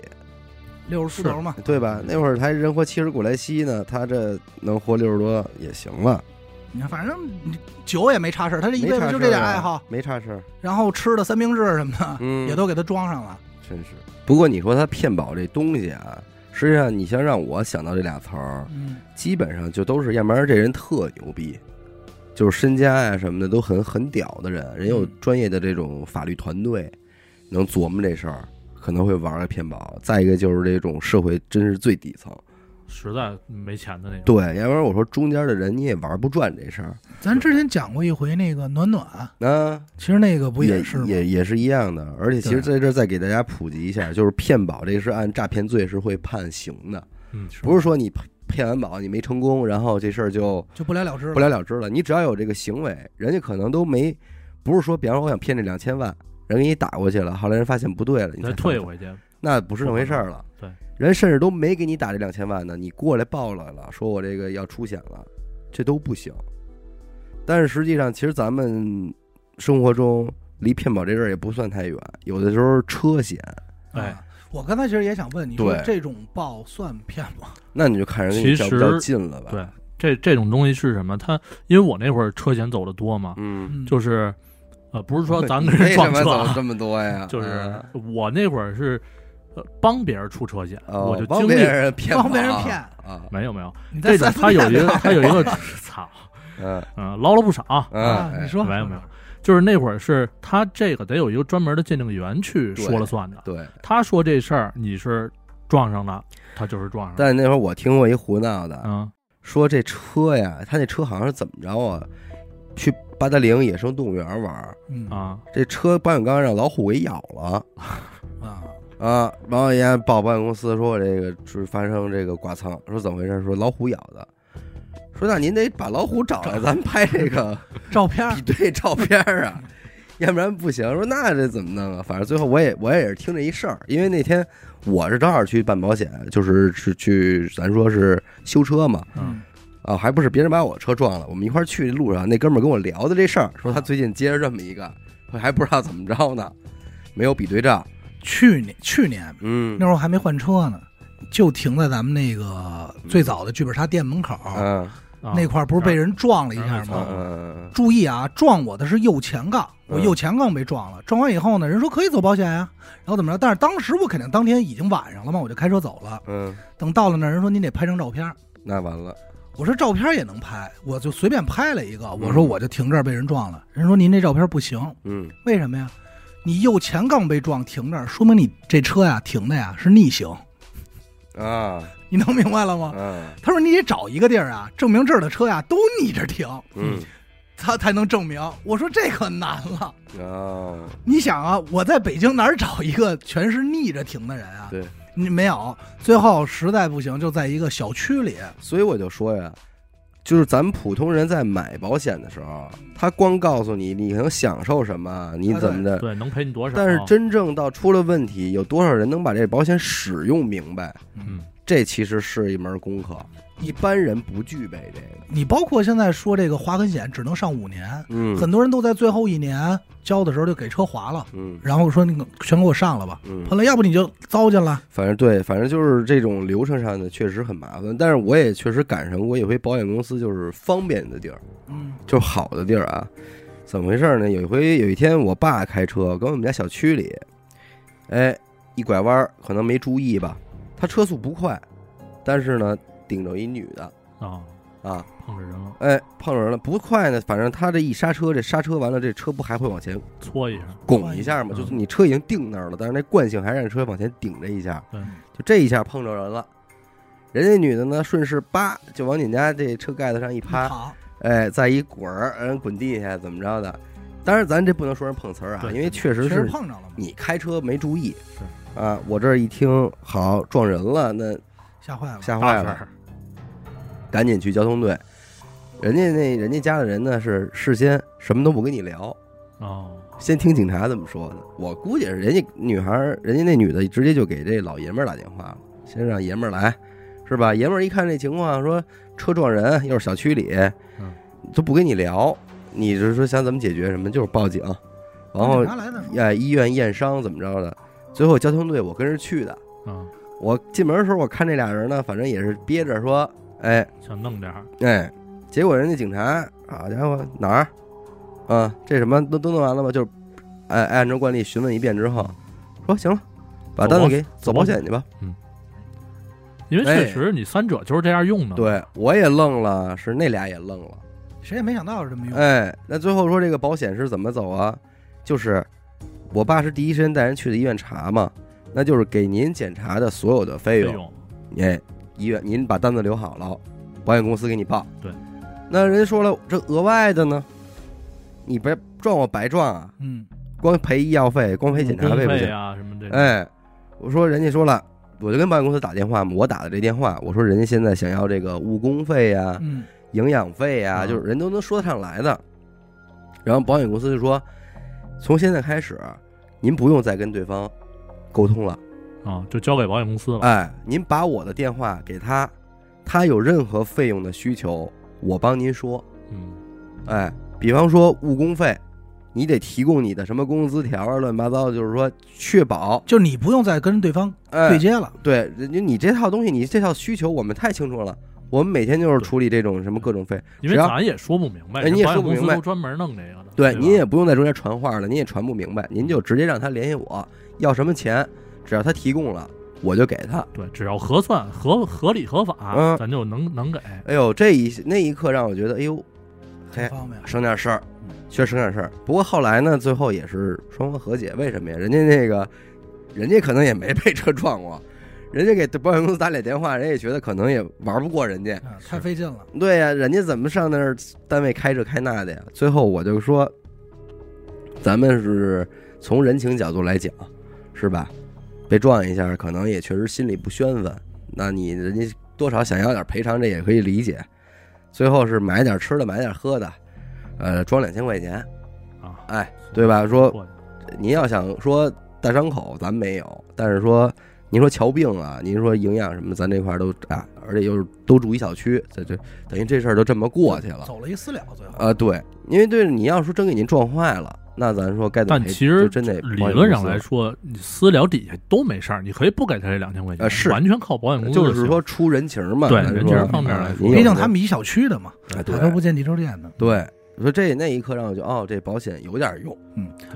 Speaker 2: 六十出头嘛，
Speaker 1: 对吧？那会儿他人活七十古来稀呢，他这能活六十多也行了，
Speaker 2: 你看反正你酒也没差事儿，他这一
Speaker 1: 没
Speaker 2: 辈
Speaker 1: 差
Speaker 2: 子就
Speaker 1: 事
Speaker 2: 这
Speaker 1: 儿
Speaker 2: 点
Speaker 1: 啊
Speaker 2: 爱好，
Speaker 1: 没差事儿，
Speaker 2: 然后吃的三明治什么的、
Speaker 1: 嗯，
Speaker 2: 也都给他装上了。
Speaker 1: 真是。不过你说他骗保这东西啊，实际上你像让我想到这俩词儿，
Speaker 2: 嗯，
Speaker 1: 基本上就都是，要不然这人特牛逼，就是身家呀、什么的都很很屌的人，人
Speaker 2: 嗯
Speaker 1: 有专业的这种法律团队，能琢磨这事儿，可能会玩个骗保。再一个就是这种社会真是最底层，
Speaker 3: 实在没钱的那种，
Speaker 1: 对，要不然我说中间的人你也玩不转这事儿，
Speaker 2: 咱之前讲过一回那个暖暖，
Speaker 1: 那、
Speaker 2: 其实那个不
Speaker 1: 也
Speaker 2: 是吗？
Speaker 1: 也也是一样的。而且其实在这儿再给大家普及一下，就是骗保这是按诈骗罪是会判刑的，
Speaker 3: 嗯，
Speaker 1: 不是说你骗骗完保你没成功，然后这事儿就。
Speaker 2: 就不了了之了。
Speaker 1: 不了了之了。你只要有这个行为，人家可能都没，不是说，比方说我想骗这两千万，人给你打过去了，后来人发现不对了，你
Speaker 3: 再
Speaker 1: 才
Speaker 3: 退
Speaker 1: 我，
Speaker 3: 回去，
Speaker 1: 那不是那回事儿了。
Speaker 3: 对，
Speaker 1: 人甚至都没给你打这两千万呢，你过来报来了，说我这个要出险了，这都不行。但是实际上，其实咱们生活中离骗保这事儿也不算太远，有的时候车险，
Speaker 3: 哎
Speaker 2: 啊，我刚才其实也想问你说，
Speaker 1: 对
Speaker 2: 这种报算骗吗？
Speaker 1: 那你就看人跟你
Speaker 3: 其
Speaker 1: 较
Speaker 3: 实
Speaker 1: 不较劲了吧？嗯
Speaker 3: 对，这这种东西是什么？他因为我那会儿车险走的多嘛，
Speaker 1: 嗯，
Speaker 2: 嗯
Speaker 3: 就是呃，不是说 咱
Speaker 1: 你
Speaker 3: 跟人
Speaker 1: 为什
Speaker 3: 撞
Speaker 1: 么
Speaker 3: 车
Speaker 1: 走
Speaker 3: 啊，
Speaker 1: 这么多呀？
Speaker 3: 就是
Speaker 1: 啊
Speaker 3: 我那会儿是呃帮别人出车险，
Speaker 1: 哦
Speaker 3: 我就
Speaker 1: 帮
Speaker 3: 经
Speaker 1: 别
Speaker 3: 历
Speaker 1: 人骗保，
Speaker 2: 帮别人骗
Speaker 1: 啊，
Speaker 3: 没有没有，
Speaker 2: 你在
Speaker 3: 这种
Speaker 2: 三
Speaker 3: 他有一
Speaker 2: 四
Speaker 3: 个他有一个 操，
Speaker 1: 嗯。
Speaker 3: 嗯，捞了不少。
Speaker 2: 遍啊
Speaker 1: 啊，
Speaker 2: 你说
Speaker 3: 没有没有，就是那会儿是他这个得有一个专门的鉴定员去
Speaker 1: 对
Speaker 3: 说了算的，
Speaker 1: 对，
Speaker 3: 他说这事儿你是撞上了，他就是撞上了。
Speaker 1: 但那会儿我听过一胡闹的，
Speaker 3: 嗯，
Speaker 1: 说这车呀，他那车好像是怎么着啊？去八达岭野生动物园玩儿，
Speaker 2: 嗯
Speaker 3: 啊，
Speaker 1: 这车保险杠让老虎给咬了
Speaker 2: 啊，
Speaker 1: 啊！保险员报保险公司说我这个就是发生这个剐蹭，说怎么回事？说老虎咬的。说那您得把老虎找来，咱们拍这个
Speaker 2: 照片儿
Speaker 1: 比对照片儿啊，要不然不行。说那这怎么弄啊？反正最后我也我也是听这一事儿，因为那天我是正好去办保险，就是是去咱说是修车嘛，
Speaker 3: 嗯
Speaker 1: 啊，还不是别人把我车撞了，我们一块儿去路上，那哥们儿跟我聊的这事儿，说他最近接着这么一个，还不知道怎么着呢，没有比对照，
Speaker 2: 去年去年
Speaker 1: 嗯
Speaker 2: 那会儿我还没换车呢，就停在咱们那个最早的剧本杀店门口、
Speaker 1: 嗯
Speaker 3: 啊
Speaker 2: 那块儿，不是被人撞了一下
Speaker 3: 嗯
Speaker 1: 嗯
Speaker 2: 吗？
Speaker 1: 嗯
Speaker 2: 注意啊，撞我的是右前杠，我
Speaker 1: 嗯
Speaker 2: 右前杠被撞了。撞完以后呢，人说可以走保险呀、然后怎么着？但是当时我肯定当天已经晚上了嘛，我就开车走了。
Speaker 1: 嗯，
Speaker 2: 等到了那儿，人说您得拍张照片儿。
Speaker 1: 那完了，
Speaker 2: 我说照片儿也能拍，我就随便拍了一个。我说我就停这儿被人撞了，人说您这照片儿不行，
Speaker 1: 嗯，
Speaker 2: 为什么呀？你右前杠被撞停这儿，说明你这车呀停的呀是逆行，
Speaker 1: 啊，
Speaker 2: 你能明白了吗？
Speaker 1: 嗯
Speaker 2: 他说你得找一个地儿啊，证明这儿的车呀都逆着停，
Speaker 1: 嗯，
Speaker 2: 他才能证明。我说这可难了，
Speaker 1: 哦，
Speaker 2: 你想啊，我在北京哪儿找一个全是逆着停的人啊？
Speaker 1: 对，
Speaker 2: 你没有。最后实在不行，就在一个小区里，
Speaker 1: 所以我就说呀，就是咱们普通人在买保险的时候，他光告诉你你能享受什么，你怎么的，
Speaker 3: 对，能赔你多少？啊
Speaker 1: 但是真正到出了问题，有多少人能把这保险使用明白？
Speaker 3: 嗯，
Speaker 1: 这其实是一门功课，一般人不具备这个。
Speaker 2: 你包括现在说这个划痕险只能上五年，
Speaker 1: 嗯
Speaker 2: 很多人都在最后一年交的时候就给车划了，
Speaker 1: 嗯
Speaker 2: 然后说你全给我上了吧，
Speaker 1: 嗯，
Speaker 2: 后来要不你就糟践了。
Speaker 1: 反正对，反正就是这种流程上的确实很麻烦，但是我也确实赶上过一回保险公司就是方便的地儿，
Speaker 2: 嗯
Speaker 1: 就是好的地儿啊。怎么回事呢？有一回有一天，我爸开车跟我们家小区里，哎，一拐弯儿可能没注意吧，他车速不快，但是呢顶着一女的
Speaker 3: 啊，
Speaker 1: 啊，
Speaker 3: 碰着人了，
Speaker 1: 哎碰着人了，不快呢，反正他这一刹车，这刹车完了，这车不还会往前
Speaker 3: 搓一下，
Speaker 1: 拱一下嘛，就是你车已经定那儿了，但是那惯性还让车往前顶着一下，
Speaker 3: 对
Speaker 1: 就这一下碰着人了。人家女的呢，顺势叭就往你家这车盖子上一趴，
Speaker 2: 好，
Speaker 1: 哎，再一滚儿，人滚地下，怎么着的？当然，咱这不能说人碰瓷儿啊，
Speaker 3: 对
Speaker 1: 因为确实
Speaker 2: 确实
Speaker 1: 是
Speaker 2: 碰着了嘛，
Speaker 1: 你开车没注意啊。我这儿一听，好撞人了，那
Speaker 2: 吓坏了。
Speaker 1: 吓坏
Speaker 3: 大
Speaker 1: 了，
Speaker 3: 事
Speaker 1: 赶紧去交通队。人家那人家家的人呢是事先什么都不跟你聊，
Speaker 3: 哦，
Speaker 1: 先听警察怎么说的。我估计是人家女孩儿，人家那女的直接就给这老爷们儿打电话了，先让爷们儿来，是吧？爷们儿一看这情况，说车撞人，又是小区里，
Speaker 3: 嗯，
Speaker 1: 都不跟你聊，你是说想怎么解决什么？就是报警，然后
Speaker 2: 拿来的时候，
Speaker 1: 哎医院验伤怎么着的，最后交通队我跟着去的。
Speaker 3: 啊，
Speaker 1: 我进门的时候，我看这俩人呢，反正也是憋着说，哎
Speaker 3: 想弄点儿，
Speaker 1: 哎，结果人家警察，好家伙，哪儿？啊，这什么都都弄完了吗？就是，哎，按照惯例询问一遍之后，说行了，把单子给走
Speaker 3: 走
Speaker 1: 保
Speaker 3: 保
Speaker 1: 险去吧。啊
Speaker 3: 因为
Speaker 1: 哎
Speaker 3: 确实你三者就是这样用的，，
Speaker 1: 对，我也愣了，是那俩也愣了。
Speaker 2: 谁也没想到是这么用。
Speaker 1: 哎，那最后说这个保险是怎么走啊？就是我爸是第一时间带人去的医院查嘛，那就是给您检查的所有的费
Speaker 3: 费
Speaker 1: 用，
Speaker 3: 用
Speaker 1: 哎，医院您把单子留好了，保险公司给你报。
Speaker 3: 对，
Speaker 1: 那人家说了，这额外的呢，你别撞我白撞啊，
Speaker 2: 嗯，
Speaker 1: 光赔医药费，光赔检查
Speaker 3: 误工
Speaker 1: 不
Speaker 3: 费
Speaker 1: 行。
Speaker 3: 啊什么这种，
Speaker 1: 哎，我说人家说了，我就跟保险公司打电话嘛，我打的这电话，我说人家现在想要这个误工费呀、
Speaker 2: 嗯，
Speaker 1: 营养费啊，
Speaker 3: 嗯
Speaker 1: 就是人都能说得上来的。然后保险公司就说，从现在开始，您不用再跟对方沟通了，
Speaker 3: 啊，就交给保险公司了，
Speaker 1: 哎，您把我的电话给他，他有任何费用的需求，我帮您说。
Speaker 3: 嗯，
Speaker 1: 哎，比方说误工费，你得提供你的什么工资条啊，乱七八糟的，就是说确保，
Speaker 2: 就你不用再跟对方
Speaker 1: 哎，
Speaker 2: 对接了，
Speaker 1: 对，人家你这套东西，你这套需求我们太清楚了，我们每天就是处理这种什么各种费，
Speaker 3: 因为
Speaker 1: 只要
Speaker 3: 咱也说不明白，
Speaker 1: 哎你也
Speaker 3: 保
Speaker 1: 说
Speaker 3: 险
Speaker 1: 不
Speaker 3: 公司
Speaker 1: 明白
Speaker 3: 都专门弄这个的，
Speaker 1: 对，
Speaker 3: 吧
Speaker 1: 您也不用在中间传话了，您也传不明白，您就直接让他联系我，要什么钱，只要他提供了，我就给他。
Speaker 3: 对，只要核算合合理合法
Speaker 1: 嗯，
Speaker 3: 咱就能能给，
Speaker 1: 哎呦，这一那一刻让我觉得，哎呦，
Speaker 2: 挺
Speaker 1: 嘿，
Speaker 2: 方便。
Speaker 1: 省点事儿
Speaker 2: 嗯，
Speaker 1: 确实省点事儿。不过后来呢，最后也是双方和解。为什么呀？人家那个，人家可能也没被车撞过，人家给保险公司打俩电话，人家也觉得可能也玩不过人家，
Speaker 2: 啊，太费劲了。
Speaker 1: 对呀、人家怎么上那儿单位开这开那的呀？最后我就说，咱们是从人情角度来讲，是吧？被撞一下，可能也确实心里不宣愤。那你人家多少想要点赔偿，这也可以理解。最后是买点吃的，买点喝的，呃，装两千块钱，
Speaker 3: 啊，
Speaker 1: 哎，对吧？说
Speaker 3: 过去
Speaker 1: 您要想说大伤口，咱没有，但是说您说瞧病啊，您说营养什么，咱这块儿都啊，而且又是都住一小区，这这等于这事儿就这么过去了
Speaker 2: 走了一私了，最后
Speaker 1: 啊。对，因为对你要说真给您撞坏了，那咱说该怎
Speaker 3: 但
Speaker 1: 么赔，
Speaker 3: 其实
Speaker 1: 就真得
Speaker 3: 理
Speaker 1: 哎保险
Speaker 3: 论
Speaker 1: 公
Speaker 3: 上
Speaker 1: 司
Speaker 3: 来说，你私聊底下都没事儿，你可以不给他这两千块钱，
Speaker 1: 呃是
Speaker 3: 完全靠保险公司。
Speaker 1: 就是，说出人情嘛，
Speaker 3: 对
Speaker 1: 咱
Speaker 3: 人
Speaker 1: 说
Speaker 3: 情方面来
Speaker 1: 啊
Speaker 3: 说
Speaker 1: 您有
Speaker 2: 毕竟
Speaker 1: 这
Speaker 2: 他们一小区的嘛，
Speaker 1: 啊
Speaker 2: 打车
Speaker 1: 对
Speaker 2: 不见提车见的。
Speaker 1: 对，所以这那一刻让我觉得哦，这保险有点用，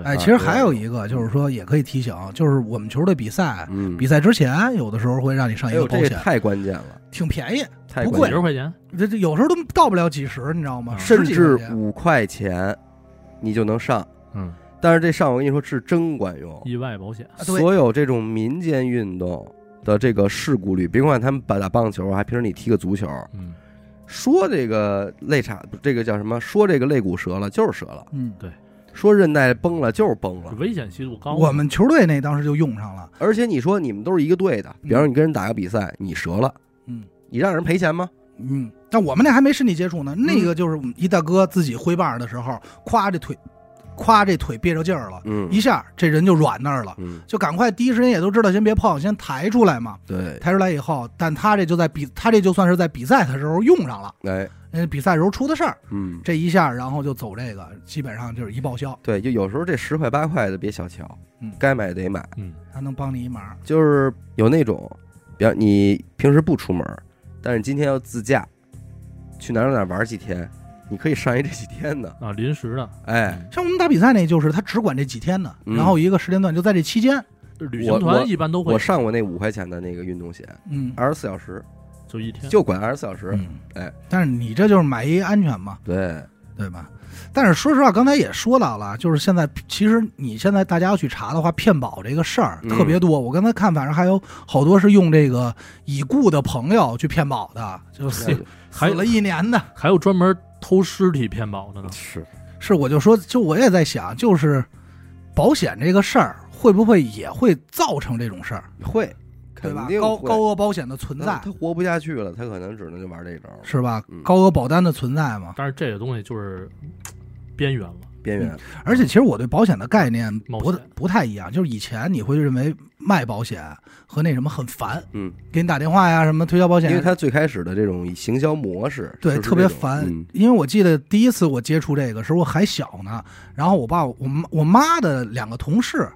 Speaker 2: 哎，
Speaker 1: 啊
Speaker 2: 其实还有一个就是说，也可以提醒，就是我们球队比赛，
Speaker 1: 嗯，
Speaker 2: 比赛之前有的时候会让你上
Speaker 1: 哎
Speaker 2: 一
Speaker 1: 呦，
Speaker 2: 个
Speaker 1: 这
Speaker 2: 保
Speaker 1: 个
Speaker 2: 险，
Speaker 1: 太关键了，
Speaker 2: 挺便宜，
Speaker 1: 太
Speaker 2: 不
Speaker 1: 关
Speaker 2: 贵
Speaker 1: 键了
Speaker 3: 几十块钱，
Speaker 2: 这这有时候都到不了几十，你知道吗？
Speaker 3: 啊
Speaker 1: 甚
Speaker 2: 十几块
Speaker 1: 至
Speaker 2: 钱
Speaker 1: 五块钱你就能上，
Speaker 3: 嗯，
Speaker 1: 但是这上我跟你说是真管用。
Speaker 3: 意外保险，
Speaker 2: 啊对
Speaker 1: 所有这种民间运动的这个事故率，别管他们打打棒球，还平时你踢个足球，
Speaker 3: 嗯，
Speaker 1: 说这个肋叉，这个叫什么？说这个肋骨折了就是折了，
Speaker 2: 嗯，
Speaker 1: 说韧带崩了就是崩了。
Speaker 3: 危险系数高。
Speaker 2: 我们球队那当时就用上了，
Speaker 1: 而且你说你们都是一个队的，比方说你跟人打个比赛，你折了，
Speaker 2: 嗯
Speaker 1: 你让人赔钱吗？
Speaker 2: 嗯，但我们那还没身体接触呢，
Speaker 1: 嗯
Speaker 2: 那个就是我们一大哥自己挥棒的时候，夸这腿，夸这腿憋着劲儿了，
Speaker 1: 嗯
Speaker 2: 一下这人就软那儿了，
Speaker 1: 嗯，
Speaker 2: 就赶快第一时间也都知道，先别碰，先抬出来嘛。
Speaker 1: 对，
Speaker 2: 抬出来以后，但他这就在比，他这就算是在比赛的时候用上了，
Speaker 1: 哎，
Speaker 2: 那比赛时候出的事儿，
Speaker 1: 嗯，
Speaker 2: 这一下然后就走这个，基本上就是一报销，
Speaker 1: 对，就有时候这十块八块的别小瞧
Speaker 2: 嗯，
Speaker 1: 该买得买。
Speaker 3: 嗯，
Speaker 2: 他能帮你一忙。
Speaker 1: 就是有那种，比方你平时不出门，但是今天要自驾，去哪儿哪儿玩几天，你可以上一这几天 的。
Speaker 3: 啊，临时的
Speaker 1: 哎，
Speaker 2: 像我们打比赛那就是他只管这几天呢，
Speaker 1: 嗯
Speaker 2: 然后一个时间段就在这期间，
Speaker 3: 旅行团一般都会
Speaker 1: 我上过那五块钱的那个运动险，
Speaker 2: 嗯，
Speaker 1: 二十四小时
Speaker 3: 就一天，
Speaker 1: 就管二十四小时。
Speaker 2: 嗯
Speaker 1: 哎，
Speaker 2: 但是你这就是买一安全嘛，
Speaker 1: 对，
Speaker 2: 对吧？但是说实话，刚才也说到了，啊就是现在其实你现在大家要去查的话，骗保这个事儿
Speaker 1: 嗯
Speaker 2: 特别多。我刚才看，反正还有好多是用这个已故的朋友去骗保的，就是死
Speaker 3: 还
Speaker 2: 死了一年的。
Speaker 3: 还有专门偷尸体骗保的呢。
Speaker 1: 是
Speaker 2: 是，我就说，就我也在想，就是保险这个事儿会不会也会造成这种事儿，
Speaker 1: 会，
Speaker 2: 对
Speaker 1: 肯
Speaker 2: 吧？
Speaker 1: 定
Speaker 2: 高
Speaker 1: 会
Speaker 2: 高额保险的存
Speaker 1: 那
Speaker 2: 在
Speaker 1: 他活不下去了，他可能只能就玩这招了
Speaker 2: 是吧
Speaker 1: 嗯？
Speaker 2: 高额保单的存在嘛。
Speaker 3: 但是这个东西就是边缘了，
Speaker 1: 边缘。
Speaker 2: 而且其实我对保险的概念
Speaker 3: 冒
Speaker 2: 不
Speaker 3: 险
Speaker 2: 不太一样，就是以前你会认为卖保险和那什么很烦，
Speaker 1: 嗯，
Speaker 2: 给你打电话呀，什么推销保险
Speaker 1: 因
Speaker 2: 呀，
Speaker 1: 为他最开始的这种行销模式，
Speaker 2: 对
Speaker 1: 就是这
Speaker 2: 特别
Speaker 1: 种
Speaker 2: 烦。
Speaker 1: 嗯
Speaker 2: 因为我记得第一次我接触这个时候我还小呢，然后我爸我妈我妈的两个同事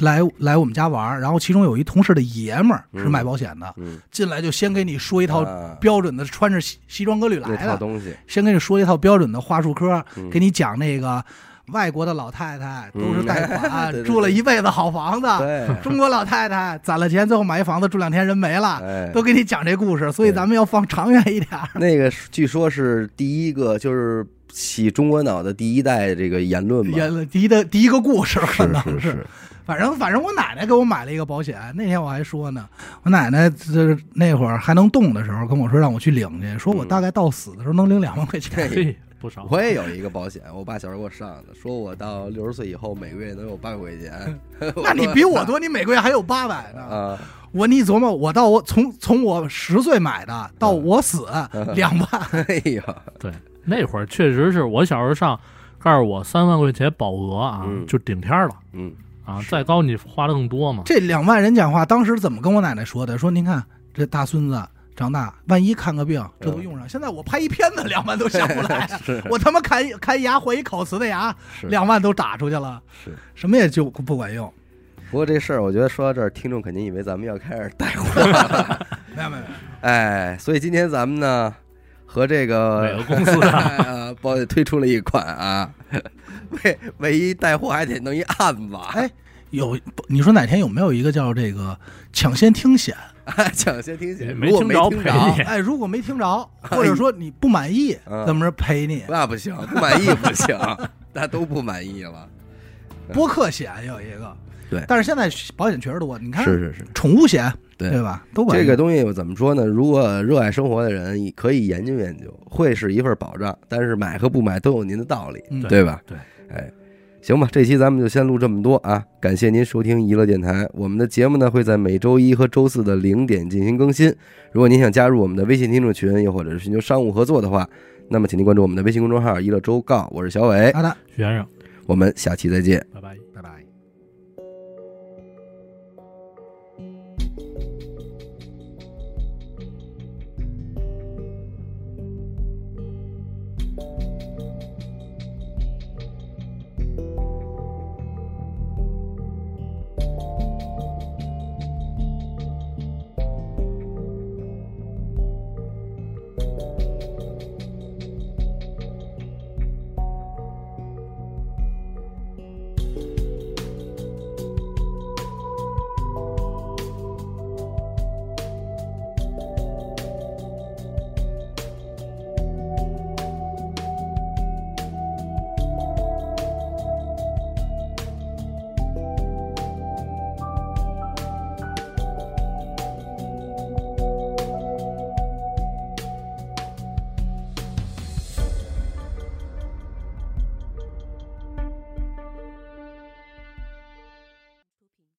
Speaker 2: 来来我们家玩儿，然后其中有一同事的爷们儿是
Speaker 1: 嗯
Speaker 2: 卖保险的，
Speaker 1: 嗯，
Speaker 2: 进来就先给你说一
Speaker 1: 一
Speaker 2: 套
Speaker 1: 啊、
Speaker 2: 标准的，穿着西西装革履
Speaker 1: 那
Speaker 2: 来
Speaker 1: 套
Speaker 2: 的，
Speaker 1: 东西，
Speaker 2: 先给你说一套标准的话术科，
Speaker 1: 嗯
Speaker 2: 给你讲那个外国的老太太都是贷款、
Speaker 1: 嗯 对对对
Speaker 2: 住了一辈子好房子，
Speaker 1: 对，
Speaker 2: 中国老太太攒了钱最后买一房子住两天人没了，
Speaker 1: 哎
Speaker 2: 都给你讲这故事，所以咱们要放长远一点 儿。
Speaker 1: 那个是据说是第一个，就是洗中国脑的第一代这个言论嘛，
Speaker 2: 也第一的第一个故事可能
Speaker 1: 是是，
Speaker 2: 反正反正我奶奶给我买了一个保险，那天我还说呢，我奶奶就是那会儿还能动的时候跟我说让我去领去，说我
Speaker 1: 嗯
Speaker 2: 大概到死的时候能领两万块钱。
Speaker 1: 嘿
Speaker 3: 嘿，不少。
Speaker 1: 我也有一个保险，我爸小时候给我上的，说我到六十岁以后每个月能有八百块钱。
Speaker 2: 那你比我多，你每个月还有八百呢。
Speaker 1: 啊，
Speaker 2: 我你琢磨，我到我从从我十岁买的到
Speaker 1: 嗯
Speaker 2: 我死两万，
Speaker 1: 哎呀，
Speaker 3: 对，那会儿确实是我小时候上，告诉我三万块钱保额啊，
Speaker 1: 嗯
Speaker 3: 就顶天儿了
Speaker 1: 嗯，
Speaker 3: 啊，
Speaker 1: 是
Speaker 3: 再高你花的更多嘛。
Speaker 2: 这两万人讲话，当时怎么跟我奶奶说的？说您看这大孙子长大，万一看个病，这都用上。现在我拍一片子， 两 万都下不来，
Speaker 1: 嗯是
Speaker 2: 我他妈看一看一牙换一烤瓷的牙，
Speaker 1: 是
Speaker 2: 两万都打出去了，
Speaker 1: 是。
Speaker 2: 什么也就不管用。
Speaker 1: 不过这事儿，我觉得说到这儿，听众肯定以为咱们要开始带货了。
Speaker 2: 没有没有，没有
Speaker 1: 哎，所以今天咱们呢，和这
Speaker 3: 每
Speaker 1: 个
Speaker 3: 个公司啊，
Speaker 1: 呃保险推出了一款啊，为为一带货还得弄一案子，
Speaker 2: 哎有不你说哪天有没有一个叫这个抢先听 险？
Speaker 1: 哎，抢先听险，
Speaker 3: 没
Speaker 1: 如果
Speaker 3: 听
Speaker 1: 没
Speaker 3: 着
Speaker 1: 听
Speaker 3: 赔
Speaker 1: 着
Speaker 3: 你
Speaker 2: 哎，如果没听着，或者说你不满意，
Speaker 1: 嗯
Speaker 2: 怎么着赔你？
Speaker 1: 那不行，不满意不行， 那都不满意了。
Speaker 2: 播客险有一个，
Speaker 1: 对
Speaker 2: 但是现在保险确实多，你看
Speaker 1: 是是，
Speaker 2: 宠物险
Speaker 1: 对
Speaker 2: 吧？都管
Speaker 1: 这个东西我怎么说呢？如果热爱生活的人可以研究研究，会是一份保障，但是买和不买都有您的道理，
Speaker 2: 嗯
Speaker 1: 对吧？
Speaker 3: 对，
Speaker 1: 哎。行吧，这期咱们就先录这么多啊！感谢您收听娱乐电台，我们的节目呢会在每周一和周四的零点进行更新。如果您想加入我们的微信听众群，又或者是寻求商务合作的话，那么请您
Speaker 2: 啊
Speaker 1: 关注我们的微信公众号“娱乐周告”，我是小伟，
Speaker 2: 嗯好的，
Speaker 3: 学生，
Speaker 1: 我们下期再见。
Speaker 3: 拜拜。
Speaker 2: 拜拜。